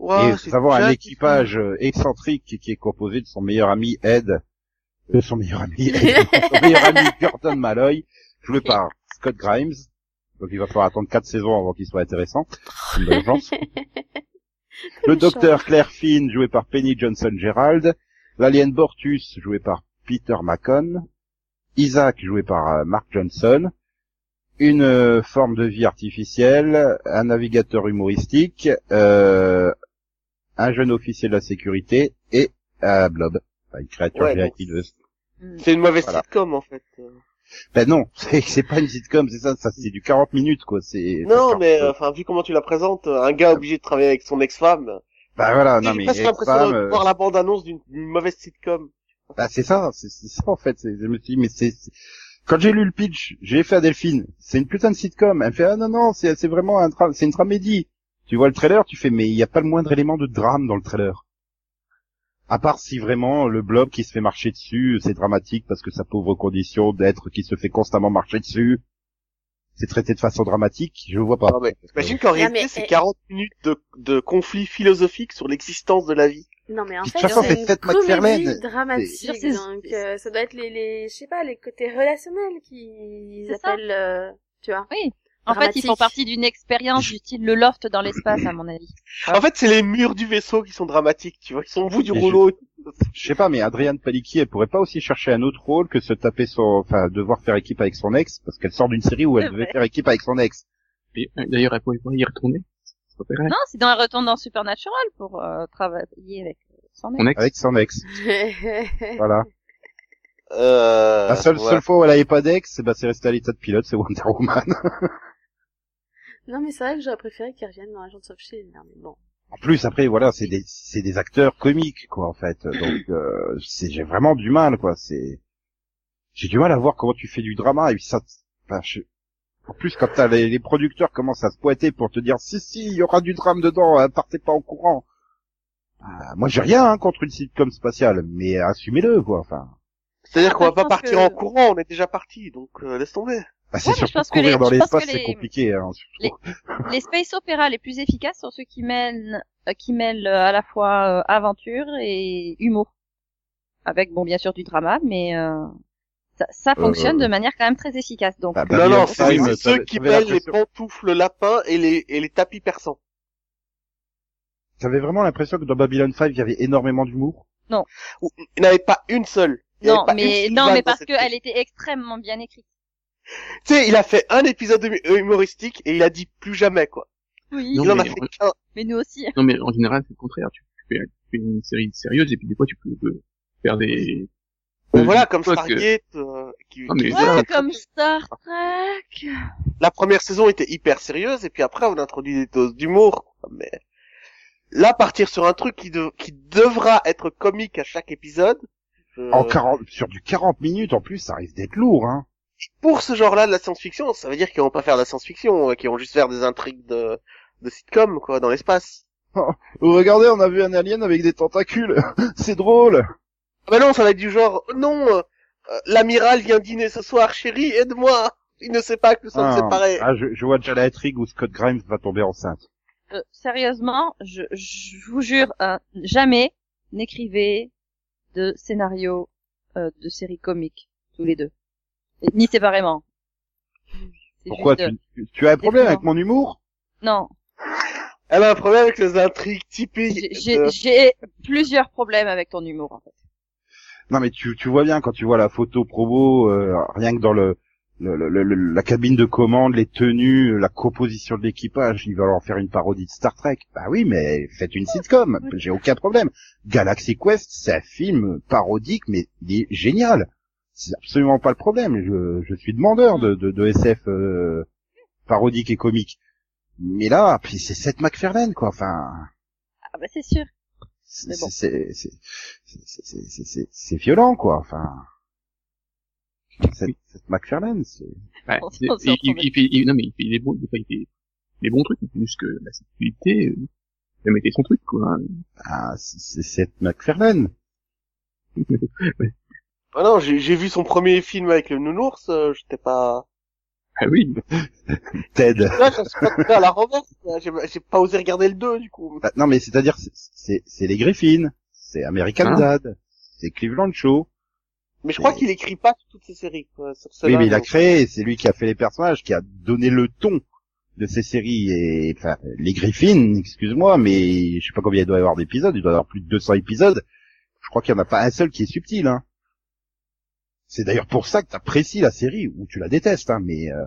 [SPEAKER 1] et nous avons un équipage euh, excentrique qui est composé de son meilleur ami Ed, de son meilleur ami Ed, son meilleur ami Gordon Malloy, joué par Scott Grimes. Donc il va falloir attendre quatre saisons avant qu'il soit intéressant. Une bonne chance. Le
[SPEAKER 2] méchant.
[SPEAKER 1] docteur Claire Finn, joué par Penny Johnson Gerald. L'alien Bortus, joué par Peter Macon. Isaac, joué par euh, Mark Johnson. Une euh, forme de vie artificielle. Un navigateur humoristique. euh, un jeune officier de la sécurité. Et un blob. Enfin, Une créature
[SPEAKER 4] Ouais, donc-
[SPEAKER 1] véhiculeuse.
[SPEAKER 4] C'est une mauvaise
[SPEAKER 1] Voilà.
[SPEAKER 4] sitcom, en fait.
[SPEAKER 1] Ben non, c'est c'est pas une sitcom, c'est ça, ça c'est du 40 minutes quoi. C'est
[SPEAKER 4] Non,
[SPEAKER 1] c'est-
[SPEAKER 4] mais, euh, enfin, vu comment tu la présentes, euh, un gars obligé de travailler avec son ex-femme.
[SPEAKER 1] ben voilà, non
[SPEAKER 4] J'ai
[SPEAKER 1] mais
[SPEAKER 4] presque
[SPEAKER 1] les
[SPEAKER 4] l'impression
[SPEAKER 1] femmes,
[SPEAKER 4] de
[SPEAKER 1] euh,
[SPEAKER 4] voir la bande-annonce d'une d'une mauvaise sitcom.
[SPEAKER 1] Bah c'est ça, c'est c'est ça en fait. c'est- Je me suis dit, mais c'est... c'est- Quand j'ai lu le pitch, j'ai fait à Delphine, c'est une putain de sitcom. Elle me fait, ah non, non, c'est c'est vraiment un drame, c'est une dramédie. Tu vois le trailer, tu fais, mais il n'y a pas le moindre élément de drame dans le trailer. À part si vraiment le blob qui se fait marcher dessus, c'est dramatique parce que sa pauvre condition d'être qui se fait constamment marcher dessus, c'est traité de façon dramatique, je vois pas.
[SPEAKER 4] Non, mais, eh, imagine qu'en réalité,
[SPEAKER 2] mais-
[SPEAKER 4] c'est 40 minutes de, de conflit philosophique sur l'existence de la vie.
[SPEAKER 2] Non mais en
[SPEAKER 1] Puis de
[SPEAKER 2] fait,
[SPEAKER 1] toute façon,
[SPEAKER 2] c'est
[SPEAKER 1] c'est
[SPEAKER 2] une
[SPEAKER 1] Seth MacFarlane.
[SPEAKER 2] comédie dramatique,
[SPEAKER 5] C'est-
[SPEAKER 2] donc euh, ça doit être les, les, je sais pas, les côtés relationnels qui
[SPEAKER 5] C'est ça.
[SPEAKER 2] appellent, euh, tu vois.
[SPEAKER 5] En fait, ils
[SPEAKER 2] Dramatique.
[SPEAKER 5] font partie d'une expérience du style le loft dans l'espace, à mon avis.
[SPEAKER 4] En fait, c'est les murs du vaisseau qui sont dramatiques, tu vois. Ils sont au bout du
[SPEAKER 1] Mais je-
[SPEAKER 4] rouleau.
[SPEAKER 1] Je sais pas, mais Adrienne Palicki, elle pourrait pas aussi chercher un autre rôle que se taper son, enfin, devoir faire équipe avec son ex, parce qu'elle sort d'une série où elle
[SPEAKER 5] C'est
[SPEAKER 1] devait
[SPEAKER 5] vrai.
[SPEAKER 1] faire équipe avec son ex.
[SPEAKER 3] Et, euh, D'ailleurs, elle pourrait pas y retourner. C'est pas pareil.
[SPEAKER 5] Non, c'est dans elle retourne dans Supernatural pour euh, travailler avec son ex.
[SPEAKER 3] Mon ex.
[SPEAKER 1] Avec son ex. Voilà.
[SPEAKER 6] Euh,
[SPEAKER 1] La seule,
[SPEAKER 6] ouais.
[SPEAKER 1] seule fois où elle avait pas d'ex, eh ben, c'est resté à l'état de pilote, c'est Wonder Woman.
[SPEAKER 2] non mais c'est vrai que j'aurais préféré qu'ils reviennent dans Agents of Shield, hein, mais bon.
[SPEAKER 1] En plus, après, voilà, c'est des, c'est des acteurs comiques, quoi, en fait. Donc, euh, c'est, j'ai vraiment du mal, quoi, c'est, j'ai du mal à voir comment tu fais du drama, et puis ça, enfin, je- en plus, quand t'as les, les producteurs commencent à se pointer pour te dire, si, si, il y aura du drame dedans, hein, partez pas au courant. Bah, moi, j'ai rien, hein, contre une sitcom spatiale, mais assumez-le, quoi, enfin.
[SPEAKER 4] C'est-à-dire qu'on va
[SPEAKER 5] Après,
[SPEAKER 4] pas
[SPEAKER 5] je pense
[SPEAKER 4] partir
[SPEAKER 5] que-
[SPEAKER 4] en courant, on est déjà parti, donc euh, laisse tomber.
[SPEAKER 1] Bah, c'est
[SPEAKER 5] Ouais, mais je
[SPEAKER 1] surtout
[SPEAKER 5] pense que les-
[SPEAKER 1] courir dans
[SPEAKER 5] je pense que
[SPEAKER 1] l'espace, c'est
[SPEAKER 5] les-
[SPEAKER 1] compliqué, hein, surtout.
[SPEAKER 5] les- Les space opéras les plus efficaces sont ceux qui mènent, euh, qui mêlent euh, à la fois euh, aventure et humour, avec bon bien sûr du drama, mais euh, ça, ça
[SPEAKER 1] Euh,
[SPEAKER 5] fonctionne
[SPEAKER 1] euh,
[SPEAKER 5] de manière quand même très efficace. Donc euh,
[SPEAKER 1] Bah,
[SPEAKER 4] non, non,
[SPEAKER 1] Babylon
[SPEAKER 4] c'est
[SPEAKER 1] Prime,
[SPEAKER 4] c'est
[SPEAKER 1] ça-
[SPEAKER 4] ceux
[SPEAKER 1] ça
[SPEAKER 4] qui
[SPEAKER 1] avait la
[SPEAKER 4] pèlent les
[SPEAKER 1] pression.
[SPEAKER 4] pantoufles lapins et les, et les tapis persans.
[SPEAKER 1] J'avais vraiment l'impression que dans Babylon 5, il y avait énormément d'humour.
[SPEAKER 4] Ou- Il n'y en avait pas une seule. Il y
[SPEAKER 5] non,
[SPEAKER 4] avait pas
[SPEAKER 5] mais
[SPEAKER 4] une
[SPEAKER 5] non,
[SPEAKER 4] vanne
[SPEAKER 5] mais
[SPEAKER 4] dans
[SPEAKER 5] parce
[SPEAKER 4] cette
[SPEAKER 5] que elle était extrêmement bien écrite.
[SPEAKER 4] Tu sais, il a fait un épisode hum- humoristique et il a dit plus jamais, quoi.
[SPEAKER 5] Oui,
[SPEAKER 3] Non,
[SPEAKER 4] il en a
[SPEAKER 3] mais-
[SPEAKER 4] fait qu'un.
[SPEAKER 5] mais nous aussi.
[SPEAKER 3] Non, mais en général, c'est le contraire. Tu fais, tu fais une série sérieuse et puis des fois, tu peux euh, faire des,
[SPEAKER 4] Bon, voilà, comme
[SPEAKER 3] Quoi que-
[SPEAKER 4] Stargate, euh, qui,
[SPEAKER 3] Ah, mais
[SPEAKER 4] qui-
[SPEAKER 3] ça,
[SPEAKER 5] Ouais,
[SPEAKER 3] c'est-
[SPEAKER 5] comme Star Trek.
[SPEAKER 4] la première saison était hyper sérieuse, et puis après, on introduit des doses d'humour, quoi, mais là, partir sur un truc qui, de- qui devra être comique à chaque épisode, euh,
[SPEAKER 1] En 40, sur du 40 minutes, en plus, ça risque d'être lourd, hein.
[SPEAKER 4] pour ce genre-là de la science-fiction, ça veut dire qu'ils vont pas faire de la science-fiction, euh, qu'ils vont juste faire des intrigues de, de sitcom, quoi, dans l'espace.
[SPEAKER 1] Oh, regardez, on a vu un alien avec des tentacules. C'est drôle.
[SPEAKER 4] Ah bah non, ça va être du genre, oh non, euh, euh, l'amiral vient dîner ce soir, chérie, aide-moi! Il ne sait pas que nous sommes
[SPEAKER 1] Ah,
[SPEAKER 4] séparés.
[SPEAKER 1] ah, je, je vois déjà la intrigue où Scott Grimes va tomber enceinte.
[SPEAKER 5] Euh, sérieusement, je, je vous jure, hein, jamais n'écrivez de scénario euh, de série comique, tous les deux. Et- Ni séparément. C'est
[SPEAKER 1] Pourquoi
[SPEAKER 5] juste, euh,
[SPEAKER 1] tu, tu- tu as un problème avec mon humour
[SPEAKER 5] Non,
[SPEAKER 4] Elle a Eh ben, un problème avec les intrigues typiques.
[SPEAKER 5] j'ai- j'ai
[SPEAKER 4] de-
[SPEAKER 5] j'ai plusieurs problèmes avec ton humour, en fait.
[SPEAKER 1] Non, mais tu, tu vois bien quand tu vois la photo promo, euh, rien que dans le, le- le- le- la cabine de commande, les tenues, la composition de l'équipage, ils veulent en faire une parodie de Star Trek. Bah oui, mais faites une sitcom. J'ai aucun problème. Galaxy Quest, c'est un film parodique, mais il est génial. C'est absolument pas le problème. Je, je suis demandeur de, de, de SF euh, parodique et comique. Mais là, puis c'est Seth MacFarlane, quoi. Enfin,
[SPEAKER 5] Ah bah c'est sûr.
[SPEAKER 1] c'est
[SPEAKER 5] Mais bon.
[SPEAKER 1] c'est- c'est- c'est- c'est- c'est- c'est- c'est violent quoi enfin cette, cette McFarlane c'est
[SPEAKER 3] Ouais,
[SPEAKER 5] On
[SPEAKER 3] c'est-
[SPEAKER 5] s'en
[SPEAKER 3] il, il-
[SPEAKER 5] sortirait.
[SPEAKER 3] il fait, il- non mais il fait des bons, il fait, il fait des bons trucs, mais c'est juste que la sécurité, euh, elle mettait son truc quoi. hein.
[SPEAKER 1] ah, c'est- c'est cette McFarlane
[SPEAKER 4] Ah non, j'ai j'ai vu son premier film avec le nounours, euh, j'étais pas...
[SPEAKER 3] Ah oui,
[SPEAKER 1] Ted
[SPEAKER 4] Là, je suis pas prêt à la renverse, là, j'ai j'ai pas osé regarder le 2, du coup.
[SPEAKER 1] Ah, non mais c'est à dire c'est c'est les Griffins c'est American
[SPEAKER 3] Hein
[SPEAKER 1] Dad c'est Cleveland Show
[SPEAKER 4] Mais je crois
[SPEAKER 1] Mais-
[SPEAKER 4] qu'il écrit pas sur toutes ses séries, quoi, sur
[SPEAKER 1] oui
[SPEAKER 4] celle-là,
[SPEAKER 1] mais il a
[SPEAKER 4] donc.
[SPEAKER 1] créé c'est lui qui a fait les personnages qui a donné le ton de ces séries et enfin les Griffins excuse-moi mais je sais pas combien il doit y avoir d'épisodes il doit y avoir plus de 200 épisodes je crois qu'il y en a pas un seul qui est subtil hein c'est d'ailleurs pour ça que t'apprécies la série ou tu la détestes hein mais euh,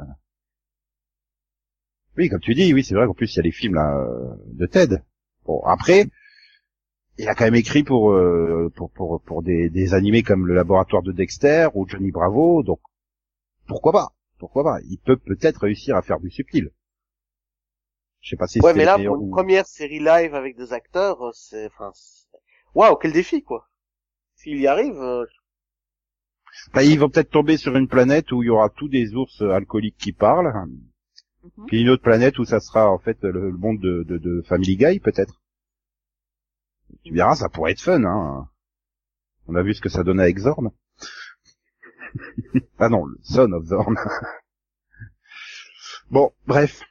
[SPEAKER 1] oui comme tu dis oui c'est vrai qu'en plus il y a les films là euh, de Ted bon après il a quand même écrit pour euh, pour pour pour des des animés comme le laboratoire de Dexter ou Johnny Bravo donc pourquoi pas Pourquoi pas Il peut peut-être réussir à faire du subtil. Je sais pas si
[SPEAKER 4] Ouais,
[SPEAKER 1] c'est
[SPEAKER 4] mais
[SPEAKER 1] le
[SPEAKER 4] là,
[SPEAKER 1] meilleur
[SPEAKER 4] pour une
[SPEAKER 1] ou-
[SPEAKER 4] première série live avec des acteurs, euh, c'est... Enfin, c'est- waouh, quel défi, quoi. S'il y arrive, euh,
[SPEAKER 1] Bah, ils vont peut-être tomber sur une planète où il y aura tous des ours euh, alcooliques qui parlent, hein.
[SPEAKER 5] Mhm.
[SPEAKER 1] puis une autre planète où ça sera en fait le, le monde de, de, de Family Guy peut-être. Tu verras, ça pourrait être fun. Hein. On a vu ce que ça donnait avec Zorn. ah non, le Son of Zorn. bon, bref.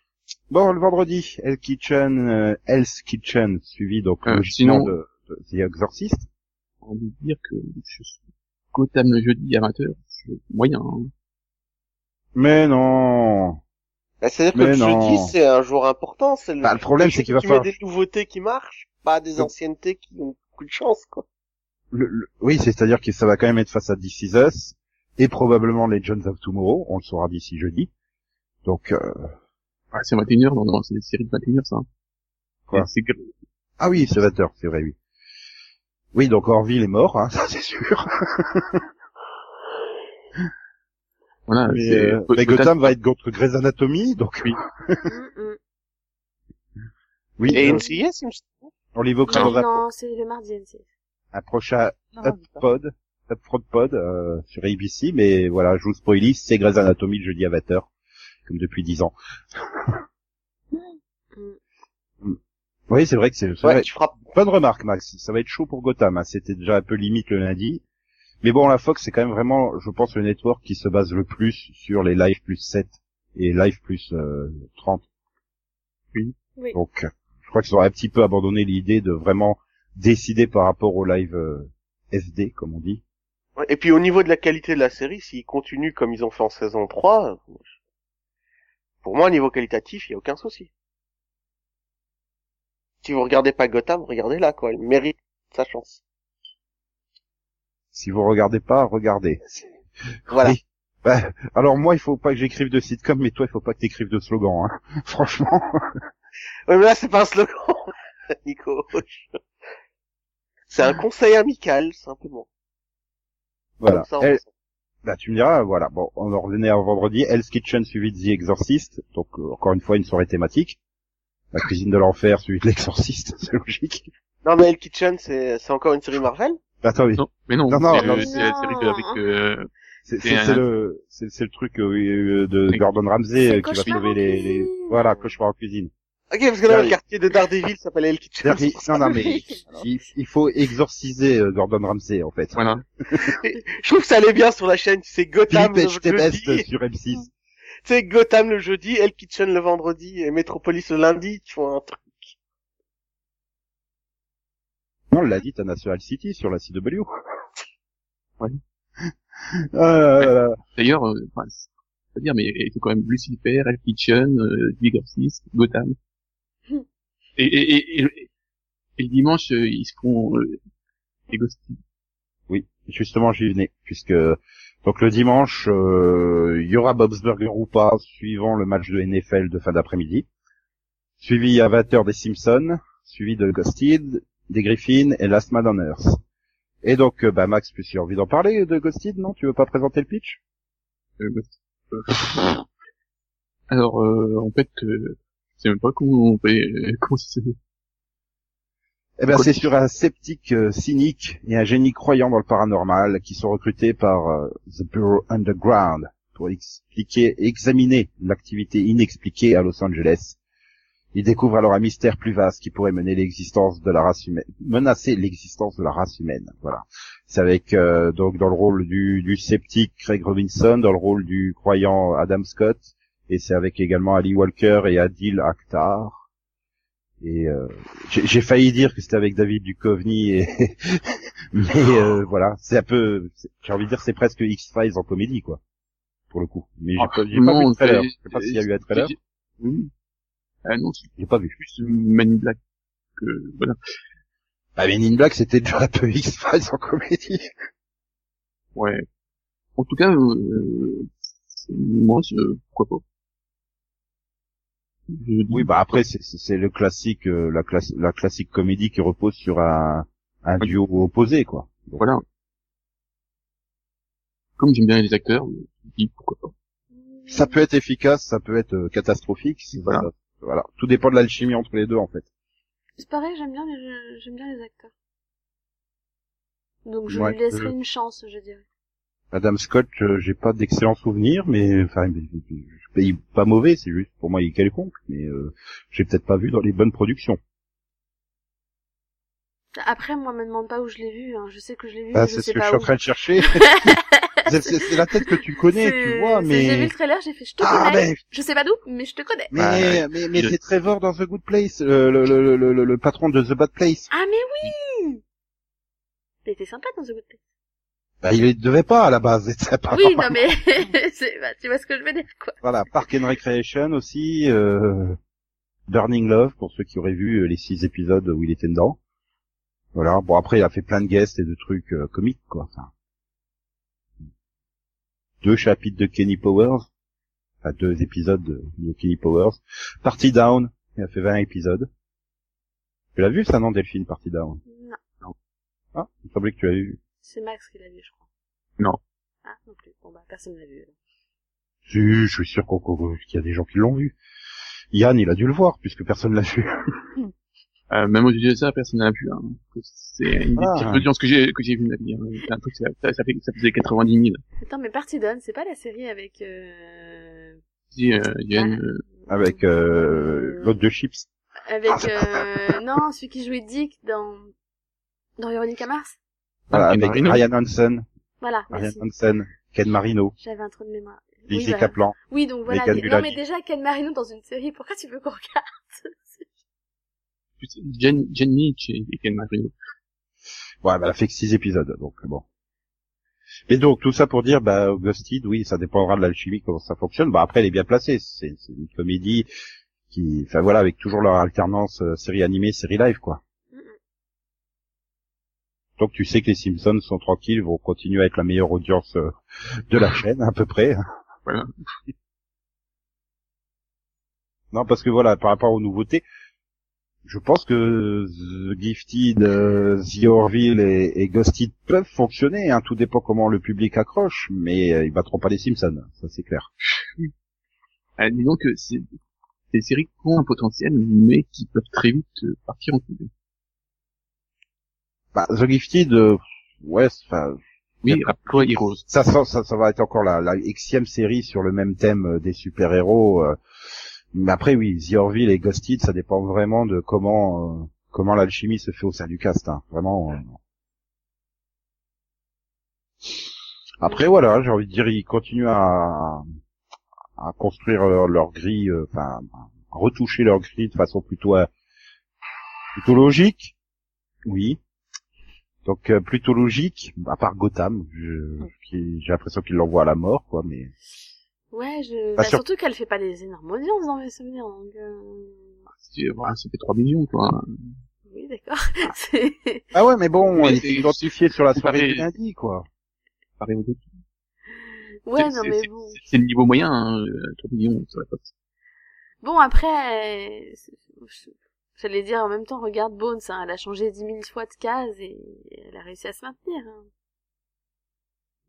[SPEAKER 1] Bon, le vendredi, Hell Kitchen, euh, Hell's Kitchen, suivi donc
[SPEAKER 3] Euh,
[SPEAKER 1] logiquement
[SPEAKER 3] sinon-
[SPEAKER 1] de, de The Exorcist.
[SPEAKER 3] j'ai envie de dire que je suis Gotham le jeudi à 20h, c'est moyen. hein.
[SPEAKER 1] Mais non,
[SPEAKER 4] bah, c'est-à-dire que le
[SPEAKER 1] Mais non.
[SPEAKER 4] jeudi, c'est un jour important, c'est le...
[SPEAKER 1] Bah, le problème, c'est
[SPEAKER 4] jour
[SPEAKER 1] qu'il va
[SPEAKER 4] qui
[SPEAKER 1] falloir-
[SPEAKER 4] met des nouveautés qui marchent, pas des anciennetés qui ont beaucoup de chance, quoi.
[SPEAKER 1] le, le- oui, c'est-à-dire que ça va quand même être face à This Is Us et probablement les Jones of Tomorrow. On le saura d'ici jeudi. Donc euh,
[SPEAKER 3] Ouais, Ah, c'est 21h, non, non, c'est des séries de 21h ça.
[SPEAKER 1] Quoi
[SPEAKER 3] Et c'est gr-
[SPEAKER 1] ah oui, c'est 20 heures, c'est vrai, oui. Oui, donc Orville est mort, hein, ça c'est sûr.
[SPEAKER 3] voilà,
[SPEAKER 1] Mais,
[SPEAKER 3] c'est
[SPEAKER 1] euh,
[SPEAKER 3] Go-
[SPEAKER 1] mais Gotham va être contre Grey's Anatomy, donc oui.
[SPEAKER 2] Mm, mm.
[SPEAKER 1] Oui,
[SPEAKER 4] Et
[SPEAKER 1] euh,
[SPEAKER 4] NCIS, il me
[SPEAKER 1] on l'évoquera dans un,
[SPEAKER 2] Non, c'est le mardi, NCF.
[SPEAKER 1] un prochain
[SPEAKER 5] Non, non, dis pas.
[SPEAKER 1] Upod, Upfront Pod euh, sur ABC, mais voilà, je vous spoilie, c'est Grey's Anatomy le jeudi à 20 heures, comme depuis 10 ans. Oui, c'est vrai que c'est c'est
[SPEAKER 4] Ouais,
[SPEAKER 1] vrai.
[SPEAKER 4] tu feras
[SPEAKER 1] Bonne remarque, Max. Ça va être chaud pour Gotham. hein. C'était déjà un peu limite le lundi. Mais bon, la Fox, c'est quand même vraiment, je pense, le network qui se base le plus sur les live plus 7 et live plus euh, 30.
[SPEAKER 2] Oui.
[SPEAKER 1] Donc, euh, je crois qu'ils auraient un petit peu abandonné l'idée de vraiment décider par rapport au live euh, SD, comme on dit.
[SPEAKER 4] Ouais, Et puis au niveau de la qualité de la série, s'ils continuent comme ils ont fait en saison 3, euh, pour moi, au niveau qualitatif, il n'y a aucun souci. Si vous regardez pas Gotham, regardez-la, quoi. Elle mérite sa chance.
[SPEAKER 1] Si vous regardez pas, regardez.
[SPEAKER 4] Voilà.
[SPEAKER 1] Oui. Bah, alors moi, il faut pas que j'écrive de sitcom, mais toi, il faut pas que t'écrives de slogan. Hein. Franchement.
[SPEAKER 4] Ouais, mais là, c'est pas un slogan, Nico. C'est un conseil amical, simplement.
[SPEAKER 1] Voilà.
[SPEAKER 4] Ça, on
[SPEAKER 1] Elle-
[SPEAKER 4] s'en-
[SPEAKER 1] bah, tu me diras, voilà. Bon, on en revenait à vendredi. Hell's Kitchen suivi de The Exorcist. Donc, euh, encore une fois, une soirée thématique. La cuisine de l'enfer suivi de l'Exorciste. C'est logique. Bah,
[SPEAKER 4] Non, mais Hell Kitchen, c'est, c'est encore une série Marvel?
[SPEAKER 1] Attends, oui.
[SPEAKER 3] Non, mais non,
[SPEAKER 1] Non, non,
[SPEAKER 3] c'est,
[SPEAKER 1] non.
[SPEAKER 3] le- c'est la série que- avec euh,
[SPEAKER 1] C'est
[SPEAKER 3] C'est
[SPEAKER 1] c'est-
[SPEAKER 3] un-
[SPEAKER 1] c'est le, c'est c'est le truc euh, oui, euh, de
[SPEAKER 3] Oui.
[SPEAKER 1] Gordon Ramsay
[SPEAKER 2] C'est
[SPEAKER 1] euh, qui va
[SPEAKER 2] Cauchemar
[SPEAKER 1] sauver
[SPEAKER 2] en
[SPEAKER 1] les, les-
[SPEAKER 2] cuisine.
[SPEAKER 1] voilà, cauchemar en cuisine.
[SPEAKER 4] Ok, parce que là,
[SPEAKER 1] Ah
[SPEAKER 4] le
[SPEAKER 1] oui.
[SPEAKER 4] quartier de Daredevil s'appelle Hell Kitchen.
[SPEAKER 1] C'est-à-dire, il- non, non, mais il, il faut exorciser euh, Gordon Ramsay en fait.
[SPEAKER 3] voilà.
[SPEAKER 4] Je trouve que ça allait bien sur la chaîne, c'est Gotham
[SPEAKER 1] Philippe
[SPEAKER 4] le
[SPEAKER 1] Etchebest
[SPEAKER 4] jeudi,
[SPEAKER 1] sur M6.
[SPEAKER 4] c'est Gotham le jeudi, Hell Kitchen le vendredi et Metropolis le lundi, tu vois un truc.
[SPEAKER 1] Non, on l'a dit à National City sur la CW.
[SPEAKER 3] Ouais.
[SPEAKER 1] Ah là là là.
[SPEAKER 3] D'ailleurs, euh, enfin, c'est pas dire, mais il faut quand même Lucifer, Hell Kitchen, euh, Big Exorcist, Gotham.
[SPEAKER 2] Hmm.
[SPEAKER 3] Et, et, et, et, le- et le dimanche, euh, ils se font euh, les ghosties.
[SPEAKER 1] Oui, justement, j'y venais puisque donc le dimanche, euh, il y aura Bob's Burger ou pas, suivant le match de NFL de fin d'après-midi, suivi à 20h des Simpsons, suivi de Ghosted, des Griffins et Last Man on Earth. Et donc, euh, bah Max, tu as envie d'en parler de Ghosted, non Tu veux pas présenter le pitch
[SPEAKER 3] Euh, euh, Alors, euh, en fait, euh, je sais même pas comment on fait, euh, comment ça s'appelle.
[SPEAKER 1] Eh ben,
[SPEAKER 3] Cool.
[SPEAKER 1] c'est sur un sceptique euh, cynique et un génie croyant dans le paranormal qui sont recrutés par euh, The Bureau Underground pour expliquer, examiner l'activité inexpliquée à Los Angeles. Ils découvrent alors un mystère plus vaste qui pourrait mener l'existence de la race humaine, menacer l'existence de la race humaine. Voilà. C'est avec euh, donc dans le rôle du, du sceptique Craig Robinson, dans le rôle du croyant Adam Scott, et c'est avec également Ali Walker et Adil Akhtar. Et euh, j'ai j'ai failli dire que c'était avec David Duchovny, et... mais euh, voilà, c'est un peu, c'est- j'ai envie de dire, c'est presque X Files en comédie, quoi, pour le coup. Mais j'ai
[SPEAKER 3] Ah,
[SPEAKER 1] pas, j'ai pas vu
[SPEAKER 3] non,
[SPEAKER 1] le trailer.
[SPEAKER 3] c'est-
[SPEAKER 1] Je sais pas s'il y a eu un trailer.
[SPEAKER 3] J'ai- Oui. Ah non, c'est
[SPEAKER 1] J'ai pas vu.
[SPEAKER 3] plus euh, Man in Black que, voilà.
[SPEAKER 1] Bah, mais in Black, c'était déjà un peu X Files en comédie.
[SPEAKER 3] Ouais. En tout cas, euh, c'est- moi, je, pourquoi pas. Je dis-
[SPEAKER 1] Oui, bah après, c'est- c'est c'est le classique, euh, la, classe, la classique comédie qui repose sur un, un
[SPEAKER 3] Oui.
[SPEAKER 1] duo opposé, quoi.
[SPEAKER 3] voilà. Comme j'aime bien les acteurs, je dis pourquoi pas.
[SPEAKER 1] Ça peut être efficace, ça peut être euh, catastrophique. c'est-
[SPEAKER 3] Voilà.
[SPEAKER 1] ça- voilà. Tout dépend de l'alchimie entre les deux, en fait.
[SPEAKER 2] C'est pareil, j'aime bien les, j'aime bien les acteurs. Donc je
[SPEAKER 1] Ouais,
[SPEAKER 2] lui laisserai
[SPEAKER 1] euh,
[SPEAKER 2] une chance, je dirais.
[SPEAKER 1] Madame Scott, euh, j'ai pas d'excellents souvenirs, mais enfin, mais- mais- mais il est pas mauvais, c'est juste pour moi il est quelconque, mais euh, j'ai peut-être pas vu dans les bonnes productions.
[SPEAKER 2] Après, moi, me demande pas où je l'ai vu. Hein. Je sais que je l'ai vu,
[SPEAKER 1] Ah,
[SPEAKER 2] mais
[SPEAKER 1] c'est
[SPEAKER 2] je
[SPEAKER 1] ce
[SPEAKER 2] sais
[SPEAKER 1] que je
[SPEAKER 2] pas
[SPEAKER 1] suis en
[SPEAKER 2] où.
[SPEAKER 1] train de chercher. c'est c'est- c'est la tête que tu connais, tu
[SPEAKER 2] C'est-
[SPEAKER 1] vois,
[SPEAKER 2] c'est-
[SPEAKER 1] mais
[SPEAKER 2] J'ai vu le trailer, j'ai fait, je te
[SPEAKER 1] ah
[SPEAKER 2] connais.
[SPEAKER 1] ben
[SPEAKER 2] Je sais pas d'où, mais je te connais.
[SPEAKER 1] Mais,
[SPEAKER 6] Bah, ouais.
[SPEAKER 1] mais, mais
[SPEAKER 3] Il-
[SPEAKER 1] c'est Trevor dans The Good Place, le, le, le, le, le- le patron de The Bad Place.
[SPEAKER 2] Ah, mais oui Il était sympa dans The Good Place.
[SPEAKER 1] Bah, il devait pas à la base être sympa.
[SPEAKER 2] Oui, non, mais c'est- bah, tu vois ce que je veux dire, quoi.
[SPEAKER 1] Voilà, Park and Recreation aussi, euh, Burning Love, pour ceux qui auraient vu euh, les six épisodes où il était dedans. Voilà, bon après il a fait plein de guests et de trucs euh, comiques, quoi. Enfin, deux chapitres de Kenny Powers, enfin deux épisodes de, de Kenny Powers. Party Down, il a fait 20 épisodes. Tu l'as vu ça, non, Delphine, Party Down
[SPEAKER 2] Non,
[SPEAKER 1] Ah, il me semblait que tu l'avais vu.
[SPEAKER 2] c'est Max qui l'a vu, je crois.
[SPEAKER 3] Non.
[SPEAKER 2] Ah, non plus. Bon, bah, personne l'a vu. alors.
[SPEAKER 1] Si, je suis sûr qu'on- qu'on- qu'il y a des gens qui l'ont vu. Yann, il a dû le voir, puisque personne l'a vu.
[SPEAKER 3] Euh, même au-delà de ça, personne n'a vu. Hein. C'est une
[SPEAKER 1] Ah.
[SPEAKER 3] des pires audiences que j'ai que j'ai vu de ma vie. hein. C'est un truc, ça, ça, ça fait, ça faisait 90 000.
[SPEAKER 2] Attends, mais Party Down, c'est pas la série avec... Euh...
[SPEAKER 3] Si, euh, Yann, euh,
[SPEAKER 1] Avec euh, l'autre Ah, de Chips.
[SPEAKER 2] Avec... Euh... non, celui qui jouait Dick dans... Dans Veronica Mars.
[SPEAKER 1] Voilà,
[SPEAKER 3] Ken
[SPEAKER 1] Ah, avec
[SPEAKER 3] Marino.
[SPEAKER 1] Ryan Hansen,
[SPEAKER 2] Voilà,
[SPEAKER 1] Ryan
[SPEAKER 2] merci.
[SPEAKER 1] Hansen, Ken Marino,
[SPEAKER 2] J'avais un trou de mémoire.
[SPEAKER 1] Lizzie
[SPEAKER 2] bah,
[SPEAKER 1] Kaplan.
[SPEAKER 2] Oui, donc voilà.
[SPEAKER 1] Megan
[SPEAKER 2] mais- Non,
[SPEAKER 1] Mullally.
[SPEAKER 2] mais déjà, Ken Marino dans une série, pourquoi tu veux qu'on regarde
[SPEAKER 3] plus- Jen, Jen Leach et et Ken Marino.
[SPEAKER 1] Ouais, bah, elle a fait que six épisodes, donc bon. Mais donc tout ça pour dire, bah, Ghosted, oui, ça dépendra de l'alchimie comment ça fonctionne. Bah après, elle est bien placée. C'est c'est une comédie qui, enfin voilà, avec toujours leur alternance euh, série animée, série live, quoi. Donc tu sais que les Simpsons sont tranquilles, vont continuer à être la meilleure audience euh, de la chaîne à peu près.
[SPEAKER 3] Voilà.
[SPEAKER 1] Non parce que voilà, par rapport aux nouveautés, je pense que The Gifted, euh, The Orville et, et Ghosted peuvent fonctionner. Hein, tout dépend comment le public accroche, mais euh, ils battront pas les Simpsons, ça c'est clair.
[SPEAKER 3] Euh, disons que c'est des séries qui ont un potentiel, mais qui peuvent très vite euh, partir en couille.
[SPEAKER 1] Bah, The Gifted, euh, ouais, c'est- 'fin,
[SPEAKER 3] Oui, rappelle-toi Heroes.
[SPEAKER 1] ça, ça, ça, ça va être encore la, la xème série sur le même thème euh, des super héros. Mais après, oui, The Orville et Ghosted, ça dépend vraiment de comment euh, comment l'alchimie se fait au sein du cast. hein. Vraiment. euh. Après, voilà, j'ai envie de dire, ils continuent à à construire leur, leur grille, euh, enfin, à retoucher leur grille de façon plutôt euh, plutôt logique. Oui. Donc euh, plutôt logique, à part Gotham, je- qui- j'ai l'impression qu'il l'envoie à la mort, quoi. Mais
[SPEAKER 2] Ouais, je...
[SPEAKER 1] Pas
[SPEAKER 2] bah,
[SPEAKER 1] sûr.
[SPEAKER 2] surtout qu'elle fait pas des énormes audiences dans mes souvenirs, donc... euh,
[SPEAKER 3] C'est- voilà, ça fait 3 millions, quoi.
[SPEAKER 2] Oui, d'accord. C'est...
[SPEAKER 1] ah ouais, mais bon,
[SPEAKER 3] Mais
[SPEAKER 1] il
[SPEAKER 3] c'est-
[SPEAKER 1] est identifié sur la
[SPEAKER 3] c'est
[SPEAKER 1] soirée
[SPEAKER 3] pareil.
[SPEAKER 1] du lundi, quoi.
[SPEAKER 3] Pareil aux autres.
[SPEAKER 2] Ouais,
[SPEAKER 3] C'est-
[SPEAKER 2] non
[SPEAKER 3] c'est-
[SPEAKER 2] mais
[SPEAKER 3] c'est-
[SPEAKER 2] bon...
[SPEAKER 3] c'est- C'est le niveau moyen, hein, euh, 3 millions, ça va pas.
[SPEAKER 2] Bon, après, euh, c'est- c'est- j'allais dire en même temps, regarde Bones, hein, elle a changé dix mille fois de case et elle a réussi à se maintenir. Hein.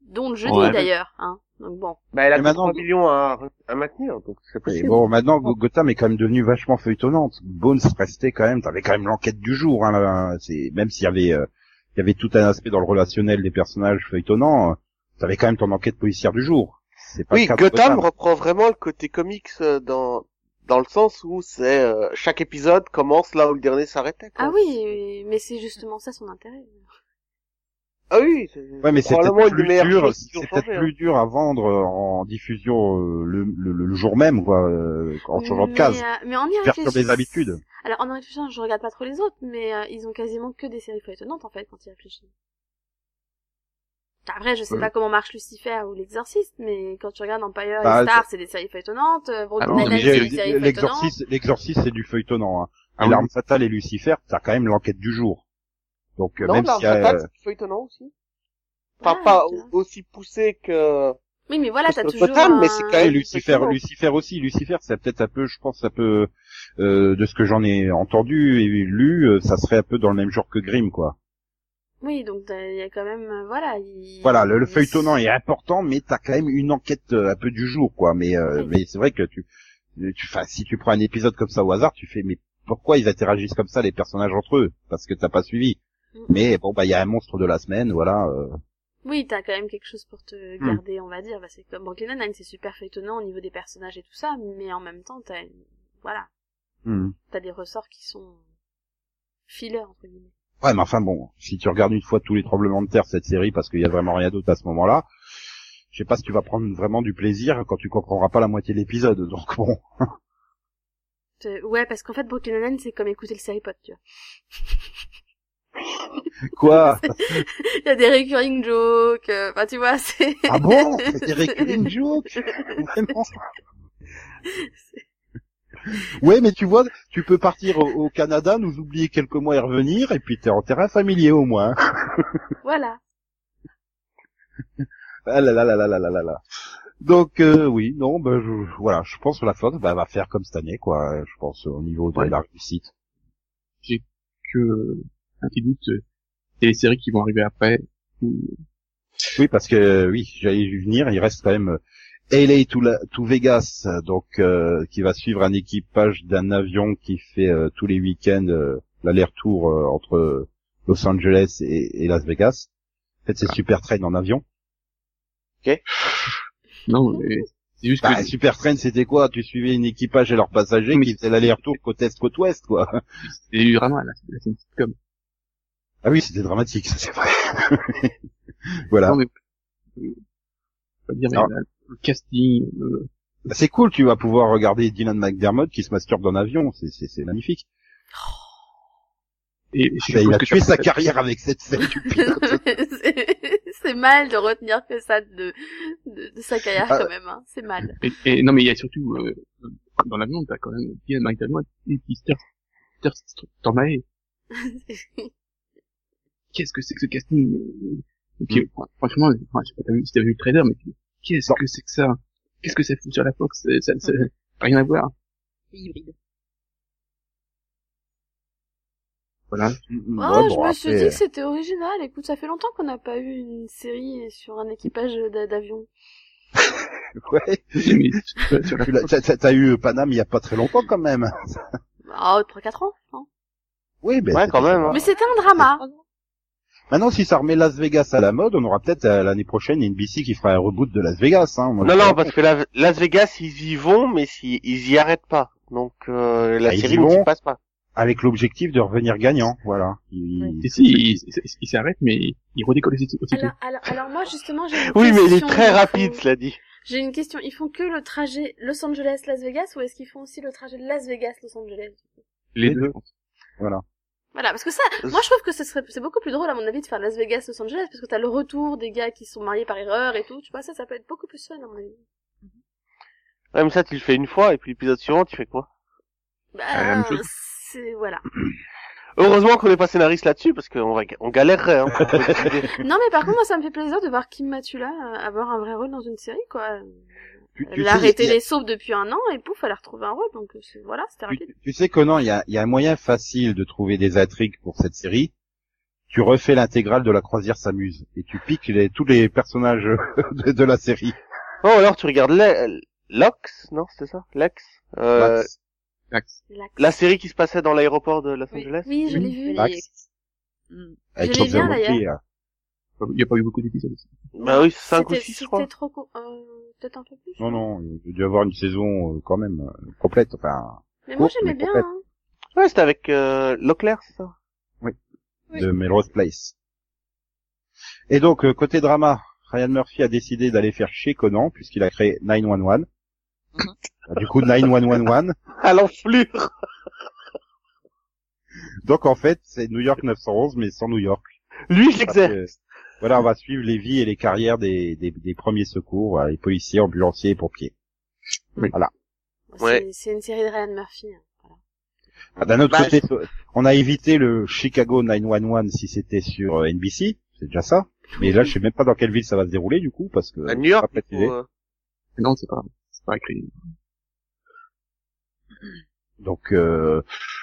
[SPEAKER 2] Dont le jeudi
[SPEAKER 3] Ouais, mais-
[SPEAKER 2] d'ailleurs, hein. Donc bon.
[SPEAKER 4] Bah, elle a
[SPEAKER 1] Mais
[SPEAKER 4] que
[SPEAKER 1] maintenant-
[SPEAKER 4] 3 millions à, à maintenir, donc c'est
[SPEAKER 1] Et
[SPEAKER 4] possible.
[SPEAKER 1] bon, maintenant, Go- Gotham est quand même devenue vachement feuilletonnante. Bones restait quand même, t'avais quand même l'enquête du jour, hein, là, c'est, même s'il y avait, euh, il y avait tout un aspect dans le relationnel des personnages feuilletonnants, euh, t'avais quand même ton enquête policière du jour. C'est pas
[SPEAKER 4] Oui,
[SPEAKER 1] le cas de
[SPEAKER 4] Gotham, reprend vraiment le côté comics euh, dans dans le sens où c'est euh, chaque épisode commence là où le dernier s'arrêtait. quoi.
[SPEAKER 2] Ah oui, mais c'est justement ça son intérêt.
[SPEAKER 4] Ah oui. c'est-
[SPEAKER 1] Ouais, mais c'est
[SPEAKER 4] probablement
[SPEAKER 1] peut-être
[SPEAKER 4] une des
[SPEAKER 1] plus
[SPEAKER 4] meilleures
[SPEAKER 1] dur,
[SPEAKER 4] choses qu'ils
[SPEAKER 1] c'est
[SPEAKER 4] ont
[SPEAKER 1] peut-être
[SPEAKER 4] changées, hein.
[SPEAKER 1] plus dur à vendre euh, en diffusion euh, le, le, le jour même, quoi, euh, en changeant de
[SPEAKER 2] Mais,
[SPEAKER 1] case.
[SPEAKER 2] euh, mais on y
[SPEAKER 1] Perturbe
[SPEAKER 2] réfléchit-
[SPEAKER 1] les habitudes.
[SPEAKER 2] Alors en y réfléchissant, je regarde pas trop les autres, mais euh, ils ont quasiment que des séries feuilletonnantes en fait quand ils réfléchissent. Après, je sais
[SPEAKER 3] Ouais.
[SPEAKER 2] pas comment marche Lucifer ou l'Exorciste, mais quand tu regardes Empire
[SPEAKER 1] Bah, Ah
[SPEAKER 2] et Star, c'est des séries feuilletonnantes. euh, Brooklyn
[SPEAKER 3] Alors, on est
[SPEAKER 1] Non,
[SPEAKER 2] Nine-Nine,
[SPEAKER 1] mais
[SPEAKER 2] c'est
[SPEAKER 3] Nanani,
[SPEAKER 1] j'ai-
[SPEAKER 2] des séries feuilletonnantes.
[SPEAKER 1] L'exorciste, l'exorciste, c'est du feuilletonnant. Hein.
[SPEAKER 3] Ah
[SPEAKER 1] et
[SPEAKER 3] oui.
[SPEAKER 1] l'arme fatale et Lucifer, t'as quand même l'enquête du jour. Donc euh,
[SPEAKER 4] Non,
[SPEAKER 1] même
[SPEAKER 4] l'arme
[SPEAKER 1] si euh,
[SPEAKER 4] fatale, c'est feuilletonnant aussi. Enfin,
[SPEAKER 2] Ah,
[SPEAKER 4] pas
[SPEAKER 2] tu vois.
[SPEAKER 4] aussi poussé que.
[SPEAKER 2] Oui, mais voilà,
[SPEAKER 4] Parce
[SPEAKER 2] t'as
[SPEAKER 4] que
[SPEAKER 2] toujours.
[SPEAKER 4] Gotham, mais c'est
[SPEAKER 2] un-
[SPEAKER 4] quand même-
[SPEAKER 1] Ouais,
[SPEAKER 4] Ouais,
[SPEAKER 1] Lucifer,
[SPEAKER 4] exactement.
[SPEAKER 1] Lucifer aussi. Lucifer, c'est peut-être un peu, je pense, un peu euh, de ce que j'en ai entendu et lu, euh, ça serait un peu dans le même genre que Grimm, quoi.
[SPEAKER 2] Oui, donc t'as- il y a quand même, euh, voilà.
[SPEAKER 4] Mm.
[SPEAKER 2] il-
[SPEAKER 1] Voilà, le, le
[SPEAKER 2] il-
[SPEAKER 1] feuilletonnant est important, mais t'as quand même une enquête euh, un peu du jour, quoi. Mais euh,
[SPEAKER 2] Oui.
[SPEAKER 1] mais c'est vrai que tu, tu, enfin, si tu prends un épisode comme ça au hasard, tu fais, mais pourquoi ils interagissent comme ça les personnages entre eux Parce que t'as pas suivi.
[SPEAKER 2] Mm.
[SPEAKER 1] Mais bon, bah, il y a un monstre de la semaine, voilà. euh.
[SPEAKER 2] Oui, t'as quand même quelque chose pour te
[SPEAKER 1] Hmm.
[SPEAKER 2] garder, on va dire. Bah, c'est comme Brooklyn Nine-Nine, c'est super feuilletonnant au niveau des personnages et tout ça, mais en même temps, t'as une... voilà,
[SPEAKER 1] Hmm.
[SPEAKER 2] t'as des ressorts qui sont fileurs entre guillemets.
[SPEAKER 1] Ouais, mais enfin bon, si tu regardes une fois tous les tremblements de terre cette série, parce qu'il y a vraiment rien d'autre à ce moment-là, je sais pas si tu vas prendre vraiment du plaisir quand tu comprendras pas la moitié de l'épisode. Donc bon,
[SPEAKER 2] C'est- Ouais, parce qu'en fait, Brooklyn Nine-Nine, c'est comme écouter le série-pod, tu vois.
[SPEAKER 1] quoi
[SPEAKER 2] Il y a des recurring jokes, euh, enfin, tu vois, c'est...
[SPEAKER 1] Ah bon C'est des recurring jokes Vraiment Ouais, mais tu vois, tu peux partir au, au Canada, nous oublier quelques mois et revenir, et puis t'es en terrain familier au moins. hein.
[SPEAKER 2] Voilà.
[SPEAKER 1] Ah là là là là là là là là. Donc euh, oui, non, ben je- voilà, je pense que la Fox ben, va faire comme cette année, quoi. Je pense euh, au niveau de
[SPEAKER 3] Ouais.
[SPEAKER 1] la réussite.
[SPEAKER 3] Que, euh, un petit doute, euh, c'est les séries qui vont arriver après. ou-
[SPEAKER 1] Oui, parce que euh, oui, j'allais y venir. Il reste quand même euh, LA to, la- to Vegas, euh, donc euh, qui va suivre un équipage d'un avion qui fait euh, tous les week-ends euh, l'aller-retour euh, entre Los Angeles et, et Las Vegas. En fait, c'est
[SPEAKER 3] Ah.
[SPEAKER 1] Super Train en avion.
[SPEAKER 3] Non, mais c'est juste
[SPEAKER 1] Bah,
[SPEAKER 3] que
[SPEAKER 1] Super Train, c'était quoi Tu suivais une équipage et leurs passagers
[SPEAKER 3] Oui.
[SPEAKER 1] qui faisaient l'aller-retour côte est côte ouest, quoi.
[SPEAKER 3] c'est du drama, là. Là, C'est une sitcom.
[SPEAKER 1] Ah oui, c'était dramatique, ça c'est vrai. voilà.
[SPEAKER 3] Non, mais, euh, faut pas dire, mais
[SPEAKER 1] Non.
[SPEAKER 3] là, le casting, euh,
[SPEAKER 1] Bah, C'est cool, tu vas pouvoir regarder Dylan McDermott qui se masturbe dans avion. C'est- C'est c'est magnifique.
[SPEAKER 3] et, et
[SPEAKER 1] Bah,
[SPEAKER 3] je
[SPEAKER 1] il
[SPEAKER 3] pense
[SPEAKER 1] a
[SPEAKER 3] que
[SPEAKER 1] tué
[SPEAKER 3] ça-
[SPEAKER 1] sa carrière avec cette scène du pilote.
[SPEAKER 2] c'est c'est mal de retenir que ça de, de, de sa carrière,
[SPEAKER 1] Ah.
[SPEAKER 2] quand même, hein. C'est mal.
[SPEAKER 3] Et, et- non, mais il y a surtout, euh, dans l'avion, t'as quand même Ian McDermott et Peter, Peter Stormare. Qu'est-ce que c'est que ce casting? euh, Et puis, fran- franchement, euh, ouais, je sais pas t'as vu- si t'as vu le trailer, mais puis, qu'est-ce que c'est que ça? Qu'est-ce que ça fout sur la Fox? Ça, ça, ça- rien à voir.
[SPEAKER 5] C'est hybride.
[SPEAKER 3] Voilà.
[SPEAKER 2] Ah,
[SPEAKER 1] Ouais,
[SPEAKER 2] je
[SPEAKER 1] bon,
[SPEAKER 2] me
[SPEAKER 1] après,
[SPEAKER 2] suis
[SPEAKER 4] euh.
[SPEAKER 2] dit que c'était original. Écoute, ça fait longtemps qu'on n'a pas eu une série sur un équipage d'a- d'avion.
[SPEAKER 1] ouais,
[SPEAKER 3] Oui, mais sur- sur la-
[SPEAKER 1] tu l'as- t'as- t'as- t'as eu Paname il y a pas très longtemps quand même.
[SPEAKER 2] Ah, 3-4 ans, hein.
[SPEAKER 1] Oui, ben,
[SPEAKER 4] Ouais,
[SPEAKER 1] c'est-
[SPEAKER 4] quand même, hein.
[SPEAKER 2] Mais c'était un drama.
[SPEAKER 1] Maintenant, si ça remet Las Vegas à la mode, on aura peut-être euh, l'année prochaine NBC qui fera un reboot de Las Vegas. Hein. Moi,
[SPEAKER 4] Non,
[SPEAKER 1] je-
[SPEAKER 4] non, parce que la- Las Vegas, ils y vont, mais si- ils y arrêtent pas. Donc, euh, la
[SPEAKER 1] Ah, ils y
[SPEAKER 4] série ne
[SPEAKER 1] vont
[SPEAKER 4] s'y passe pas.
[SPEAKER 1] Avec l'objectif de revenir gagnant, voilà. Il-
[SPEAKER 5] Oui.
[SPEAKER 3] Et si, il, il- il s'arrête, mais il redécolle aussi. aussi.
[SPEAKER 2] Alors, alors, alors moi, justement, j'ai une
[SPEAKER 4] Oui, mais il est
[SPEAKER 2] question,
[SPEAKER 4] très
[SPEAKER 2] faut-
[SPEAKER 4] rapide, cela dit.
[SPEAKER 2] J'ai une question. Ils font que le trajet Los Angeles-Las Vegas ou est-ce qu'ils font aussi le trajet Las Vegas-Los Angeles
[SPEAKER 3] les
[SPEAKER 1] les
[SPEAKER 3] deux. je pense.
[SPEAKER 2] Voilà, parce que ça,
[SPEAKER 4] Euh,
[SPEAKER 2] moi je trouve que ce serait, c'est beaucoup plus drôle à mon avis de faire Las Vegas, Los Angeles, parce que t'as le retour des gars qui sont mariés par erreur et tout, tu vois, ça, ça peut être beaucoup plus fun à mon avis.
[SPEAKER 4] Même ça, tu le fais une fois, et puis l'épisode suivant, tu fais quoi Ah,
[SPEAKER 3] la
[SPEAKER 2] Bah,
[SPEAKER 3] même chose.
[SPEAKER 2] c'est, voilà.
[SPEAKER 4] Heureusement qu'on n'est pas scénariste là-dessus, parce qu'on va, on galérerait, hein, pour trouver des idées.
[SPEAKER 2] non mais par contre, moi ça me fait plaisir de voir Kim Matula euh, avoir un vrai rôle dans une série, quoi.
[SPEAKER 1] Tu- tu
[SPEAKER 2] Elle
[SPEAKER 1] sais,
[SPEAKER 2] a arrêté
[SPEAKER 1] il y a-
[SPEAKER 2] les soaps depuis un an et pouf, elle a retrouvé un rôle, donc euh, c'est- voilà, c'était rapide.
[SPEAKER 1] tu, tu sais que non, il y a, il y a un moyen facile de trouver des intrigues pour cette série. Tu refais l'intégrale de la croisière s'amuse et tu piques les, tous les personnages de, de la série.
[SPEAKER 4] Oh, alors tu regardes Le- Lox, non, c'est ça Lex euh,
[SPEAKER 1] Max.
[SPEAKER 3] Max.
[SPEAKER 4] La série qui se passait dans l'aéroport de Los
[SPEAKER 5] Oui.
[SPEAKER 4] Angeles Bah,
[SPEAKER 2] Oui, je l'ai vu.
[SPEAKER 1] Max.
[SPEAKER 5] Mm.
[SPEAKER 1] Avec
[SPEAKER 2] je l'ai
[SPEAKER 1] Tom
[SPEAKER 2] bien,
[SPEAKER 1] Zawinski,
[SPEAKER 2] d'ailleurs.
[SPEAKER 1] hein.
[SPEAKER 3] Il n'y a pas eu beaucoup d'épisodes. aussi.
[SPEAKER 4] Bah oui, 5 ou
[SPEAKER 2] C'était-
[SPEAKER 4] 6 je crois.
[SPEAKER 2] C'était trop, court, euh, peut-être un peu plus.
[SPEAKER 1] Non, non, il a dû avoir une saison euh, quand même euh, complète. Enfin,
[SPEAKER 2] Mais moi
[SPEAKER 4] Oh,
[SPEAKER 1] court,
[SPEAKER 2] j'aimais
[SPEAKER 1] mais
[SPEAKER 2] bien,
[SPEAKER 1] complète.
[SPEAKER 2] hein.
[SPEAKER 4] Ouais, c'était avec euh, Leclerc, c'est ça
[SPEAKER 5] Oui.
[SPEAKER 1] de Melrose Place. Et donc, euh, côté drama, Ryan Murphy a décidé d'aller faire chez Conan, puisqu'il a créé 911.
[SPEAKER 5] Mhm.
[SPEAKER 1] Euh, Du coup, 9111.
[SPEAKER 4] À l'enflure
[SPEAKER 1] Donc, en fait, c'est New York 911, mais sans New York.
[SPEAKER 4] Lui, je
[SPEAKER 1] Parce
[SPEAKER 4] l'exerce.
[SPEAKER 1] que, Voilà, on va suivre les vies et les carrières des, des, des premiers secours, voilà, les policiers, ambulanciers et pompiers.
[SPEAKER 2] C'est-
[SPEAKER 4] Ouais.
[SPEAKER 2] C'est une série de Ryan Murphy. hein.
[SPEAKER 1] Ah, D'un autre
[SPEAKER 4] Bah,
[SPEAKER 1] côté, so- on a évité le Chicago 911 si c'était sur euh, NBC, c'est déjà ça. Mais là, je sais même pas dans quelle ville ça va se dérouler, du coup, parce que...
[SPEAKER 4] À New York,
[SPEAKER 1] pas
[SPEAKER 4] du
[SPEAKER 1] précisé.
[SPEAKER 4] coup, euh,
[SPEAKER 3] Mais Non, c'est pas, c'est pas écrit.
[SPEAKER 1] Donc euh,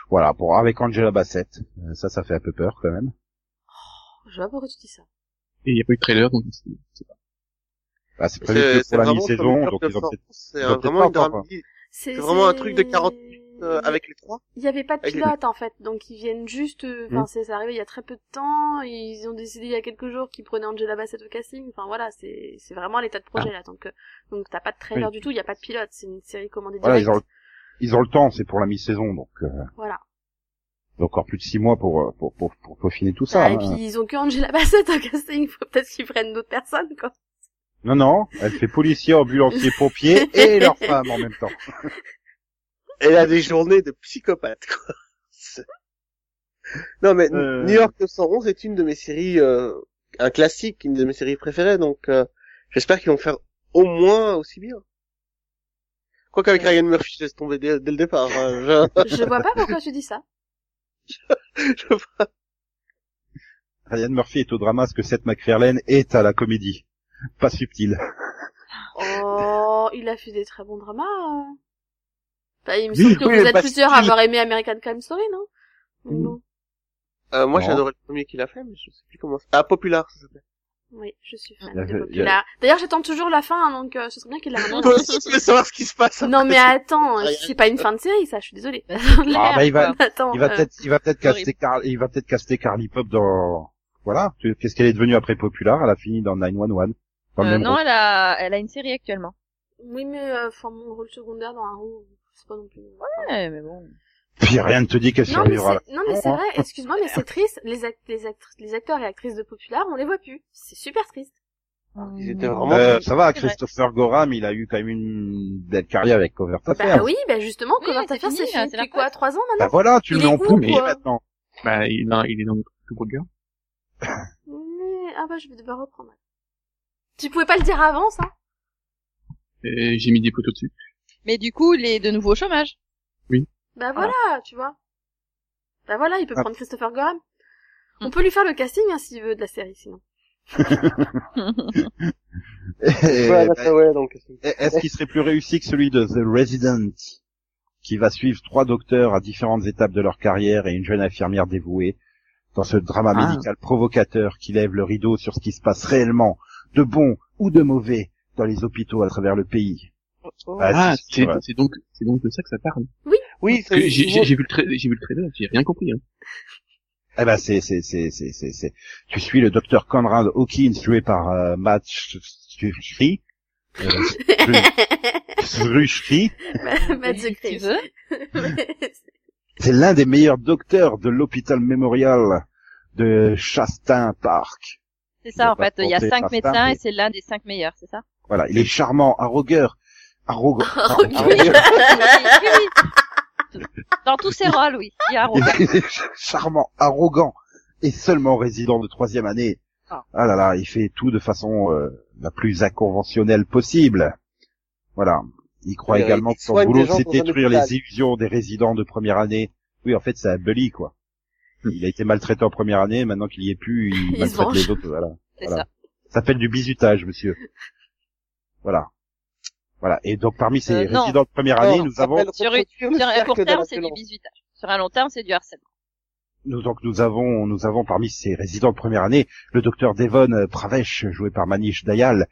[SPEAKER 1] voilà, bon, avec Angela Bassett, euh, ça, ça fait un peu peur quand même.
[SPEAKER 2] Je vois pas pourquoi tu dis ça.
[SPEAKER 3] Et il n'y a pas eu de trailer, donc c'est c'est pas.
[SPEAKER 1] Bah, c'est prévu que
[SPEAKER 4] c'est
[SPEAKER 1] pour
[SPEAKER 4] c'est
[SPEAKER 1] la
[SPEAKER 4] vraiment sur New
[SPEAKER 1] mi-saison,
[SPEAKER 4] York
[SPEAKER 1] donc ils ont
[SPEAKER 4] 900.
[SPEAKER 1] peut-être-
[SPEAKER 4] C'est
[SPEAKER 1] ils ont
[SPEAKER 4] un-
[SPEAKER 1] peut-être
[SPEAKER 4] vraiment
[SPEAKER 1] pas
[SPEAKER 4] une
[SPEAKER 1] encore,
[SPEAKER 4] drame C'est vraiment un truc de 40
[SPEAKER 2] minutes
[SPEAKER 4] euh, avec les trois.
[SPEAKER 2] Il y avait pas de
[SPEAKER 4] avec les-
[SPEAKER 2] pilote en fait, donc ils viennent juste. euh, Enfin,
[SPEAKER 1] Hmm.
[SPEAKER 2] c'est c'est arrivé il y a très peu de temps. Ils ont décidé il y a quelques jours qu'ils prenaient Angela Bassett au casting. Enfin voilà, c'est c'est vraiment à l'état de projet là. Donc euh, donc t'as pas de trailer du tout, il y a pas de pilote. C'est une série commandée
[SPEAKER 1] Voilà,
[SPEAKER 2] direct.
[SPEAKER 1] ils ont, ils ont le temps, c'est pour la mi-saison, donc euh,
[SPEAKER 2] Voilà.
[SPEAKER 1] encore plus de six mois pour euh, pour pour, pour peaufiner tout ça.
[SPEAKER 2] Ah, et
[SPEAKER 1] hein.
[SPEAKER 2] puis ils ont que Angela Bassett au casting. Faut peut-être qu'ils prennent d'autres personnes quoi.
[SPEAKER 1] Non, non, elle fait policier, ambulancier, pompier et leur femme en même temps.
[SPEAKER 4] Elle a des journées de psychopathe, quoi. C'est- Non, mais
[SPEAKER 1] Euh.
[SPEAKER 4] New York 911 est une de mes séries, euh, un classique, une de mes séries préférées, donc euh, j'espère qu'ils vont faire au moins aussi bien. Quoi qu'avec Ryan Murphy, je laisse tomber dès, dès le départ. hein.
[SPEAKER 2] Je vois pas pourquoi tu dis ça.
[SPEAKER 4] Je- je-
[SPEAKER 1] Ryan Murphy est au drama ce que Seth MacFarlane est à la comédie. Pas subtil.
[SPEAKER 2] Oh, il a fait des très bons dramas. hein. Bah, il me
[SPEAKER 4] Oui,
[SPEAKER 2] semble que
[SPEAKER 4] oui,
[SPEAKER 2] vous êtes
[SPEAKER 4] Bastille.
[SPEAKER 2] plusieurs à avoir aimé American Crime Story, non Ou
[SPEAKER 3] Mm.
[SPEAKER 2] Non.
[SPEAKER 4] Euh, moi,
[SPEAKER 1] Non.
[SPEAKER 4] j'adorais le premier qu'il a fait, mais je sais plus comment. c'est- Ah, Popular, ça s'appelait.
[SPEAKER 2] Oui, je suis fan
[SPEAKER 1] Il y a-
[SPEAKER 2] de
[SPEAKER 1] il y a-
[SPEAKER 2] Popular. D'ailleurs, j'attends toujours la fin, hein, donc euh, ce serait bien qu'il la ramène.
[SPEAKER 4] Toi aussi, tu veux savoir ce qui se passe.
[SPEAKER 2] non, mais attends,
[SPEAKER 5] Ah,
[SPEAKER 4] Rien.
[SPEAKER 2] c'est pas une fin de série, ça, je suis désolée.
[SPEAKER 1] Ah, bah, il va
[SPEAKER 2] attends,
[SPEAKER 1] il va
[SPEAKER 2] euh,
[SPEAKER 1] peut-être il va peut-être caster
[SPEAKER 5] horrible.
[SPEAKER 1] Car- il va peut-être caster Carly Pop dans voilà. Qu'est-ce qu'elle est devenue après Popular Elle a fini dans 911. Dans le
[SPEAKER 5] Euh,
[SPEAKER 1] même
[SPEAKER 5] non, elle a, elle a une série actuellement.
[SPEAKER 2] Oui, mais euh, enfin, mon rôle secondaire dans Arrow, c'est pas non plus... euh,
[SPEAKER 5] Ouais, mais bon.
[SPEAKER 1] Puis rien ne te dit qu'elle
[SPEAKER 2] Non mais,
[SPEAKER 1] survivra.
[SPEAKER 2] c'est- non, mais
[SPEAKER 1] Non,
[SPEAKER 2] c'est
[SPEAKER 1] hein.
[SPEAKER 2] vrai, excuse-moi, mais c'est triste, les, act- les, actri- les acteurs et actrices de Popular, on les voit plus. C'est super triste.
[SPEAKER 4] Ils étaient
[SPEAKER 1] Euh,
[SPEAKER 4] vraiment-
[SPEAKER 1] ça va,
[SPEAKER 5] Hmm. C'est vrai.
[SPEAKER 1] Christopher Gorham, il a eu quand même une belle carrière avec Cover Affair.
[SPEAKER 2] Bah oui, bah justement,
[SPEAKER 5] Oui,
[SPEAKER 2] Cover
[SPEAKER 5] c'est
[SPEAKER 2] Affair, c'est
[SPEAKER 5] fini,
[SPEAKER 2] fini
[SPEAKER 5] c'est la
[SPEAKER 2] depuis quoi,
[SPEAKER 5] preuve.
[SPEAKER 2] trois ans maintenant
[SPEAKER 1] Bah voilà, tu
[SPEAKER 2] Il
[SPEAKER 1] le
[SPEAKER 2] est
[SPEAKER 1] mets en
[SPEAKER 2] où,
[SPEAKER 1] poupe
[SPEAKER 2] quoi
[SPEAKER 1] maintenant.
[SPEAKER 3] Bah, il est dans, il est dans le tout burger.
[SPEAKER 2] Mais... Ah bah je vais devoir reprendre. Tu pouvais pas le dire avant ça
[SPEAKER 3] Et j'ai mis des photos dessus.
[SPEAKER 5] Mais du coup, il est de nouveau au chômage.
[SPEAKER 2] Bah voilà, tu vois. Bah voilà, il peut
[SPEAKER 1] Ah.
[SPEAKER 2] prendre Christopher Graham. On
[SPEAKER 1] Hum.
[SPEAKER 2] peut lui faire le casting hein, s'il veut de la série sinon.
[SPEAKER 1] Et-
[SPEAKER 4] Ouais,
[SPEAKER 1] bah,
[SPEAKER 4] ouais, bah, donc,
[SPEAKER 1] Est-ce qu'il serait plus réussi que celui de The Resident, qui va suivre trois docteurs à différentes étapes de leur carrière et une jeune infirmière dévouée dans ce drama
[SPEAKER 3] Ah.
[SPEAKER 1] médical provocateur qui lève le rideau sur ce qui se passe réellement, de bon ou de mauvais, dans les hôpitaux à travers le pays.
[SPEAKER 4] Oh,
[SPEAKER 3] Ah,
[SPEAKER 1] si,
[SPEAKER 3] c'est
[SPEAKER 1] ouais.
[SPEAKER 3] c'est donc, c'est donc de ça que ça parle.
[SPEAKER 4] Oui,
[SPEAKER 3] Parce que
[SPEAKER 4] c'est
[SPEAKER 3] J'ai j'ai- j'ai vu le trailer, j'ai vu le trailer, j'ai rien compris. Hein.
[SPEAKER 1] Eh ben c'est c'est c'est c'est c'est c'est- tu suis le docteur Conrad Hawkins joué par euh, Matt Sch- Sch- Schri Euh, Schru- Schri. Bah,
[SPEAKER 2] Matt the
[SPEAKER 5] tu
[SPEAKER 2] Crave.
[SPEAKER 5] veux
[SPEAKER 1] c'est l'un des meilleurs docteurs de l'hôpital mémorial de Chastain Park.
[SPEAKER 5] C'est
[SPEAKER 1] Il
[SPEAKER 5] ça,
[SPEAKER 1] va
[SPEAKER 5] en
[SPEAKER 1] pas
[SPEAKER 5] fait. Il y a
[SPEAKER 1] tenter
[SPEAKER 5] cinq
[SPEAKER 1] par ça,
[SPEAKER 5] médecins
[SPEAKER 1] mais-
[SPEAKER 5] et c'est l'un des cinq meilleurs, c'est ça
[SPEAKER 1] Voilà, il est charmant, arrogant, arrogant.
[SPEAKER 4] Ah,
[SPEAKER 2] Arrogant.
[SPEAKER 5] Oui, oui, oui. Dans tous ses rôles, oui. Il y a Robert.
[SPEAKER 1] Il est Eh ben, charmant, arrogant et seulement résident de troisième année.
[SPEAKER 5] Ah.
[SPEAKER 1] Ah là là, il fait tout de façon euh, la plus inconventionnelle possible. Voilà. Il croit
[SPEAKER 4] Il-
[SPEAKER 1] également
[SPEAKER 4] il
[SPEAKER 1] que son
[SPEAKER 4] soigne
[SPEAKER 1] boulot
[SPEAKER 4] des gens
[SPEAKER 1] c'est
[SPEAKER 4] dans un
[SPEAKER 1] détruire
[SPEAKER 4] hôpital.
[SPEAKER 1] les illusions des résidents de première année. Oui, en fait, c'est un bully, quoi.
[SPEAKER 4] Hmm.
[SPEAKER 1] Il a été maltraité en première année, maintenant qu'il y est plus, il,
[SPEAKER 2] Il se
[SPEAKER 1] maltraite
[SPEAKER 2] venge.
[SPEAKER 1] les autres. Voilà.
[SPEAKER 5] C'est
[SPEAKER 1] Voilà.
[SPEAKER 5] ça.
[SPEAKER 1] Ça s'appelle du bizutage, monsieur. Voilà. Voilà. Et donc, parmi ces
[SPEAKER 5] Euh, non.
[SPEAKER 1] résidents de première année, nous avons
[SPEAKER 5] Sur, une- sur un court terme, c'est du 18 âge. Sur un long terme, c'est du harcèlement.
[SPEAKER 1] Nous, donc nous avons nous avons parmi ses résidents de première année le docteur Devon Pravesh joué par Manish Dayal.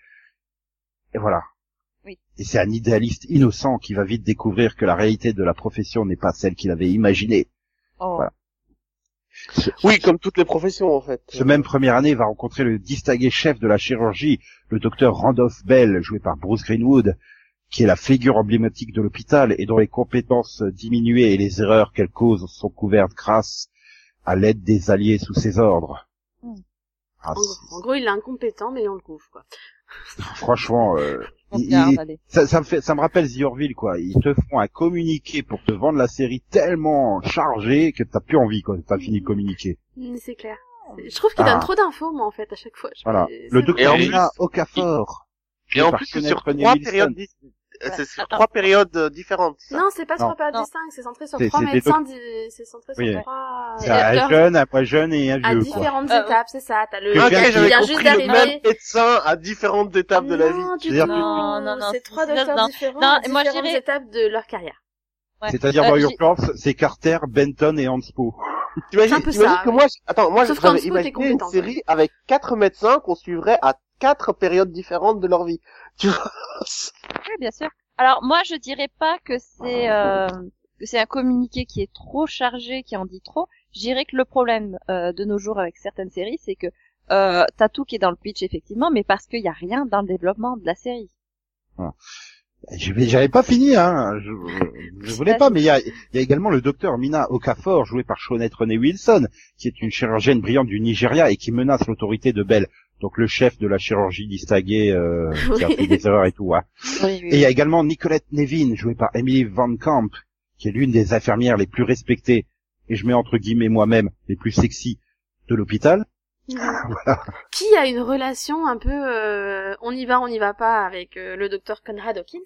[SPEAKER 1] Et voilà.
[SPEAKER 5] Oui.
[SPEAKER 1] Et c'est un idéaliste innocent qui va vite découvrir que la réalité de la profession n'est pas celle qu'il avait imaginée.
[SPEAKER 5] Oh.
[SPEAKER 1] Voilà. Ce,
[SPEAKER 4] Oui, comme toutes les professions, en fait.
[SPEAKER 1] ce même première année va rencontrer le distingué chef de la chirurgie, le docteur Randolph Bell joué par Bruce Greenwood, qui est la figure emblématique de l'hôpital et dont les compétences diminuées et les erreurs qu'elle cause sont couvertes grâce à l'aide des alliés sous ses ordres.
[SPEAKER 5] Mm.
[SPEAKER 1] Ah,
[SPEAKER 2] En
[SPEAKER 1] c'est-
[SPEAKER 2] gros- en gros, il est incompétent, mais on le couvre, quoi.
[SPEAKER 1] franchement, euh,
[SPEAKER 5] On
[SPEAKER 1] il-
[SPEAKER 5] garde,
[SPEAKER 1] il-
[SPEAKER 5] allez.
[SPEAKER 1] ça, ça me fait, ça me rappelle The Orville, quoi. Ils te font un communiqué pour te vendre la série tellement chargée que t'as plus envie quand t'as fini le communiqué.
[SPEAKER 2] Mm, C'est clair. Je trouve qu'il
[SPEAKER 1] Ah.
[SPEAKER 2] donne trop d'infos, moi, en fait, à chaque fois. Je-
[SPEAKER 1] Voilà.
[SPEAKER 2] c'est-
[SPEAKER 1] Le
[SPEAKER 2] c'est-
[SPEAKER 1] docteur
[SPEAKER 4] Et en
[SPEAKER 1] Mina Okafor.
[SPEAKER 4] Et en plus, c'est sur trois périodes, dis- euh, c'est sur trois périodes euh, différentes. ça.
[SPEAKER 2] Non, c'est pas
[SPEAKER 1] Non.
[SPEAKER 2] trois périodes
[SPEAKER 5] Non.
[SPEAKER 2] distinctes, c'est centré sur
[SPEAKER 1] C'est-
[SPEAKER 2] trois
[SPEAKER 1] c'est des
[SPEAKER 2] médecins, di- c'est centré sur
[SPEAKER 1] Oui.
[SPEAKER 2] trois euh,
[SPEAKER 1] C'est
[SPEAKER 5] Et
[SPEAKER 1] un
[SPEAKER 5] docteur-
[SPEAKER 1] jeune, un pas jeune et un
[SPEAKER 2] à
[SPEAKER 1] vieux, quoi.
[SPEAKER 2] différentes
[SPEAKER 5] Euh,
[SPEAKER 2] étapes, c'est ça. T'as le,
[SPEAKER 1] Que
[SPEAKER 4] Ok,
[SPEAKER 1] j'ai-
[SPEAKER 2] il
[SPEAKER 4] j'avais
[SPEAKER 2] vient
[SPEAKER 4] compris
[SPEAKER 2] juste
[SPEAKER 4] le même
[SPEAKER 2] d'arriver. Ah
[SPEAKER 4] médecin à différentes étapes de la vie.
[SPEAKER 2] Non, du
[SPEAKER 1] C'est-à-dire
[SPEAKER 2] tout.
[SPEAKER 1] que-
[SPEAKER 5] Non, non, non,
[SPEAKER 2] c'est trois
[SPEAKER 5] c'est-
[SPEAKER 2] docteurs
[SPEAKER 5] non.
[SPEAKER 2] différents
[SPEAKER 5] Non,
[SPEAKER 2] à
[SPEAKER 5] moi, je
[SPEAKER 2] différentes
[SPEAKER 5] dirais-
[SPEAKER 2] étapes de leur carrière.
[SPEAKER 5] Ouais.
[SPEAKER 1] C'est-à-dire,
[SPEAKER 5] Euh,
[SPEAKER 1] dans
[SPEAKER 5] j'ai-
[SPEAKER 1] Your Corps, c'est Carter, Benton et Hanspo.
[SPEAKER 4] T'imagines,
[SPEAKER 2] C'est un peu
[SPEAKER 4] t'imagines
[SPEAKER 2] ça,
[SPEAKER 4] que
[SPEAKER 2] oui.
[SPEAKER 4] moi, je- attends, moi,
[SPEAKER 2] Sauf
[SPEAKER 4] j'avais
[SPEAKER 2] qu'en dessous, t'es
[SPEAKER 4] imaginé une
[SPEAKER 2] compétent,
[SPEAKER 4] série avec quatre médecins qu'on suivrait à quatre périodes différentes de leur vie. Tu vois?
[SPEAKER 5] Oui, bien sûr. Alors moi, je dirais pas que c'est
[SPEAKER 1] Ah,
[SPEAKER 5] euh, que c'est un communiqué qui est trop chargé, qui en dit trop. Je dirais que le problème euh, de nos jours avec certaines séries, c'est que euh, t'as tout qui est dans le pitch effectivement, mais parce qu'il y a rien dans le développement de la série.
[SPEAKER 1] Je vais- J'avais pas fini, hein. Je, je voulais pas, mais il y a, il y a également le docteur Mina Okafor, joué par Shawnette René Wilson, qui est une chirurgienne brillante du Nigeria et qui menace l'autorité de Bell, donc le chef de la chirurgie distinguée, euh, qui a fait des erreurs et tout. Hein.
[SPEAKER 5] Oui,
[SPEAKER 1] Et il y a également Nicolette Nevin, jouée par Emily Van Camp, qui est l'une des infirmières les plus respectées, et je mets entre guillemets moi-même, les plus sexy de l'hôpital.
[SPEAKER 2] Qui a une relation un peu, euh, on y va, on n'y va pas avec euh, le docteur Conrad Hawkins?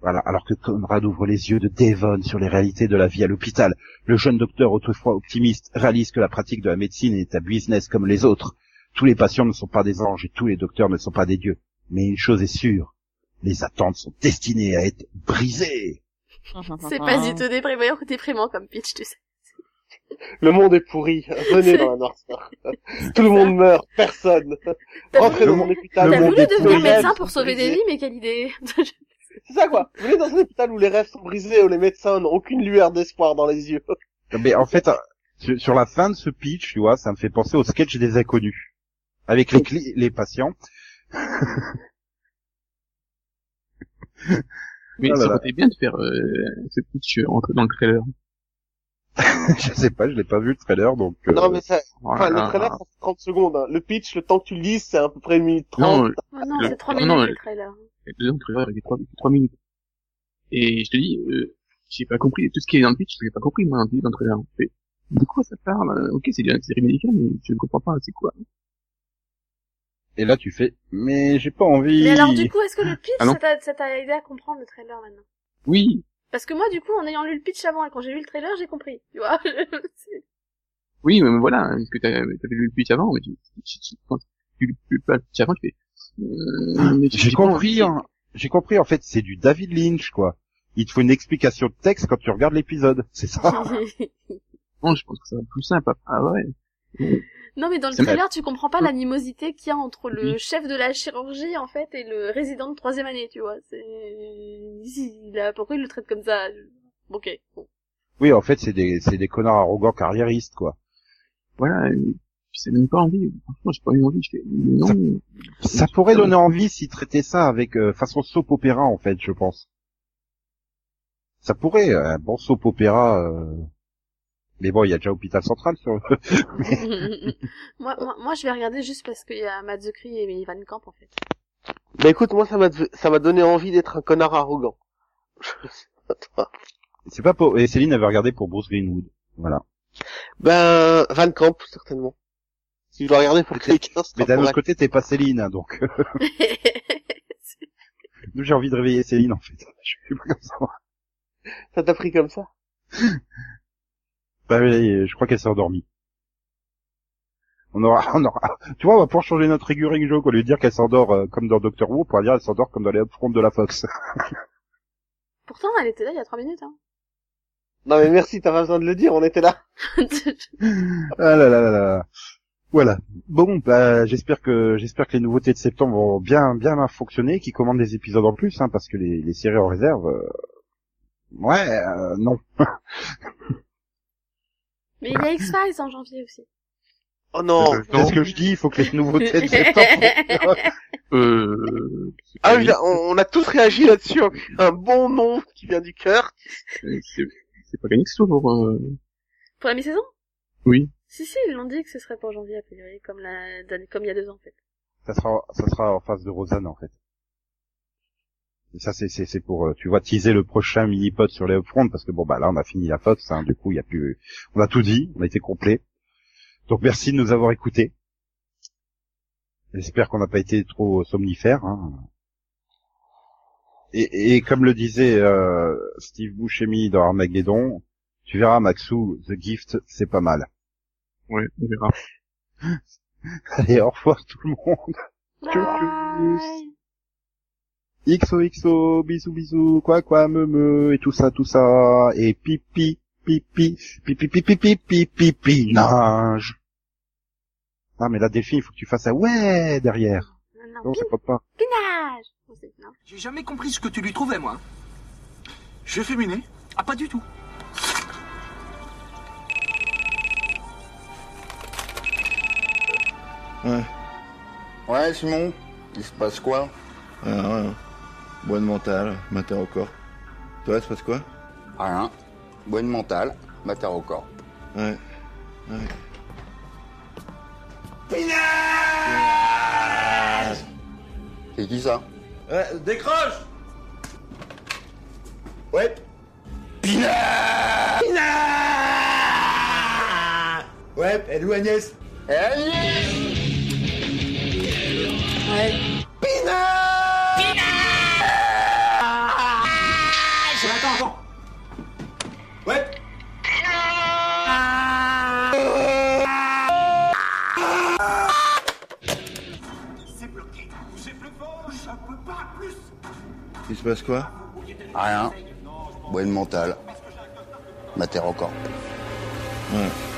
[SPEAKER 1] Voilà, alors que Conrad ouvre les yeux de Devon sur les réalités de la vie à l'hôpital, le jeune docteur autrefois optimiste réalise que la pratique de la médecine est un business comme les autres. Tous les patients ne sont pas des anges et tous les docteurs ne sont pas des dieux. Mais une chose est sûre, les attentes sont destinées à être brisées.
[SPEAKER 2] C'est pas
[SPEAKER 3] Ah.
[SPEAKER 2] du tout déprimant, déprimant comme pitch, tu sais.
[SPEAKER 4] Le monde est pourri. Venez dans la noirceur. Tout le monde meurt. Personne.
[SPEAKER 2] T'as
[SPEAKER 4] Rentrez dans
[SPEAKER 2] voulu,
[SPEAKER 4] mon
[SPEAKER 2] t'as
[SPEAKER 1] Oh,
[SPEAKER 4] hôpital.
[SPEAKER 1] Le
[SPEAKER 2] voulu
[SPEAKER 1] monde est
[SPEAKER 2] devenir
[SPEAKER 1] pourri.
[SPEAKER 2] médecin pour sauver des vies, mais quelle idée.
[SPEAKER 4] C'est ça, quoi. Venez dans un hôpital où les rêves sont brisés, où les médecins n'ont aucune lueur d'espoir dans les yeux.
[SPEAKER 1] Mais en fait, euh, sur- sur la fin de ce pitch, tu vois, ça me fait penser au sketch des inconnus. Avec les, cli- les patients.
[SPEAKER 3] Mais
[SPEAKER 1] Ah là
[SPEAKER 3] ça
[SPEAKER 1] là.
[SPEAKER 3] aurait été bien de faire euh, ce pitch euh, entrer dans le trailer.
[SPEAKER 1] je sais pas, je l'ai pas vu le trailer, donc... euh,
[SPEAKER 4] Non, mais ça, enfin,
[SPEAKER 3] Voilà.
[SPEAKER 4] le trailer, ça fait 30 secondes. hein. Le pitch, le temps que tu le lises, c'est à peu près une minute
[SPEAKER 3] Non,
[SPEAKER 4] 30.
[SPEAKER 3] euh,
[SPEAKER 2] Oh non,
[SPEAKER 3] Le-
[SPEAKER 2] c'est trois
[SPEAKER 3] non,
[SPEAKER 2] minutes
[SPEAKER 3] non,
[SPEAKER 2] le trailer.
[SPEAKER 3] le trailer il fait trois, il fait trois minutes. Et je te dis, euh, j'ai pas compris tout ce qui est dans le pitch, j'ai pas compris moi dans le dans le trailer. Mais de quoi ça parle euh, Ok, c'est bien une série médicale, mais je ne comprends pas. C'est quoi
[SPEAKER 1] Et là, tu fais... Mais j'ai pas envie...
[SPEAKER 2] Mais alors, du coup, est-ce que le pitch,
[SPEAKER 3] Ah non.
[SPEAKER 2] ça t'a- ça t'a aidé à comprendre le trailer maintenant?
[SPEAKER 3] Oui,
[SPEAKER 2] Parce que moi, du coup, en ayant lu le pitch avant et quand j'ai vu le trailer, j'ai compris. Tu vois C'est-
[SPEAKER 3] oui, mais voilà, parce que t'as t'avais lu le pitch avant, mais tu, tu, tu, quand tu lis le- pas le pitch avant, tu fais. euh, mais tu-
[SPEAKER 1] J'ai
[SPEAKER 3] pas envie.
[SPEAKER 1] compris, hein. j'ai compris. En fait, c'est du David Lynch, quoi. il te faut une explication de texte quand tu regardes l'épisode. C'est ça.
[SPEAKER 3] Non, je pense que ça va être plus simple. Ah ouais.
[SPEAKER 2] non, mais dans le
[SPEAKER 1] C'est
[SPEAKER 2] trailer, tu comprends pas l'animosité qu'il y a entre le chef de la chirurgie, en fait, et le résident de troisième année, tu vois. C'est... Il a... Pourquoi il le traite comme ça Ok. bon.
[SPEAKER 1] Oui, en fait, c'est des, c'est des connards arrogants carriéristes, quoi.
[SPEAKER 3] Voilà. et puis C'est même pas envie. Franchement, j'ai pas eu envie. Je fais, mais non.
[SPEAKER 1] Ça-
[SPEAKER 3] mais
[SPEAKER 1] Ça pourrait donner envie s'ils traitaient ça avec euh, façon soap opéra en fait, je pense. Ça pourrait un bon soap opéra. euh. Mais bon, il y a déjà Hôpital Central sur. le-
[SPEAKER 2] moi, moi, moi, je vais regarder juste parce qu'il y a Mazzucri et Van Camp, en fait.
[SPEAKER 4] Bah écoute, moi ça m'a ça m'a donné envie d'être un connard arrogant. Je sais pas toi.
[SPEAKER 1] C'est pas pour. Et Céline avait regardé pour Bruce Greenwood. Voilà.
[SPEAKER 4] Ben Van Camp certainement. Si je dois regarder pour quelqu'un, ce
[SPEAKER 1] Mais d'un
[SPEAKER 4] sera pour
[SPEAKER 1] autre côté, t'es pas Céline, hein, donc. Nous, j'ai envie de réveiller Céline, en fait. Je suis pas comme ça.
[SPEAKER 4] la- Ça t'a pris comme ça
[SPEAKER 1] Bah, mais je crois qu'elle s'est endormie. On aura, on aura. Tu vois, on va pouvoir changer notre figuring joke au lieu de dire qu'elle s'endort euh, comme dans Doctor Who, on pourra dire qu'elle s'endort comme dans les upfronts de la Fox.
[SPEAKER 2] Pourtant, elle était là il y a trois minutes, hein.
[SPEAKER 4] Non mais merci, t'as pas besoin de le dire, on était là.
[SPEAKER 1] Ah là là là là. Voilà. Bon, bah, j'espère que j'espère que les nouveautés de septembre vont bien bien fonctionner, qu'ils commandent des épisodes en plus, hein, parce que les, les séries en réserve. euh, Ouais, euh, non.
[SPEAKER 2] Mais il y a X-Files en janvier aussi.
[SPEAKER 4] Oh non.
[SPEAKER 3] Euh,
[SPEAKER 1] C'est ce que je dis, il faut que les nouveautés de hein. septembre.
[SPEAKER 3] Euh,
[SPEAKER 4] Ah oui, on, on a tous réagi là-dessus. hein. Un bon nom qui vient du cœur.
[SPEAKER 3] c'est- c'est c'est pas gagné que c'est toujours. Euh...
[SPEAKER 2] Pour la mi-saison
[SPEAKER 3] Oui.
[SPEAKER 2] Si, si, ils l'ont dit que ce serait pour janvier, a priori, comme, la... d'année- comme il y a deux ans, en fait.
[SPEAKER 1] ça sera ça sera en face de Rosanne en fait. Et ça c'est c'est c'est pour euh, tu vois teaser le prochain mini pod sur les upfronts parce que bon bah là on a fini la Fox hein, du coup il y a plus on a tout dit on a été complet donc merci de nous avoir écoutés j'espère qu'on n'a pas été trop somnifères hein. et, et comme le disait euh, Steve Buscemi dans Armageddon tu verras Maxou The Gift c'est pas mal
[SPEAKER 3] Ouais, on verra.
[SPEAKER 1] allez au revoir tout le monde
[SPEAKER 2] Bye.
[SPEAKER 1] XOXO, bisous bisous, quoi quoi me me, et tout ça tout ça, et pipi, pipi, pipi, pipi, pipi, pipi, nage. Ah mais là Delphine, il faut que tu fasses un ouais derrière.
[SPEAKER 2] Non, non,
[SPEAKER 1] Non, ça compte pas.
[SPEAKER 2] pin- pinage Oh, c'est- non.
[SPEAKER 7] J'ai jamais compris ce que tu lui trouvais, moi. Je fais miner Ah, pas du tout.
[SPEAKER 8] Ouais, Simon, il se passe quoi
[SPEAKER 9] Ah, rien. Bonne mentale, matin au corps. Toi, ça se passe quoi
[SPEAKER 8] Rien. Bonne mentale, matin au corps.
[SPEAKER 9] Ouais.
[SPEAKER 8] C'est qui ça
[SPEAKER 9] Ouais, décroche
[SPEAKER 8] Ouais. Pina Pina Ouais, elle est où Agnès Eh, Agnès Ouais.
[SPEAKER 9] Il se passe quoi
[SPEAKER 8] Pina Rien. Bonne mentale, matin au corps.
[SPEAKER 9] Ouais.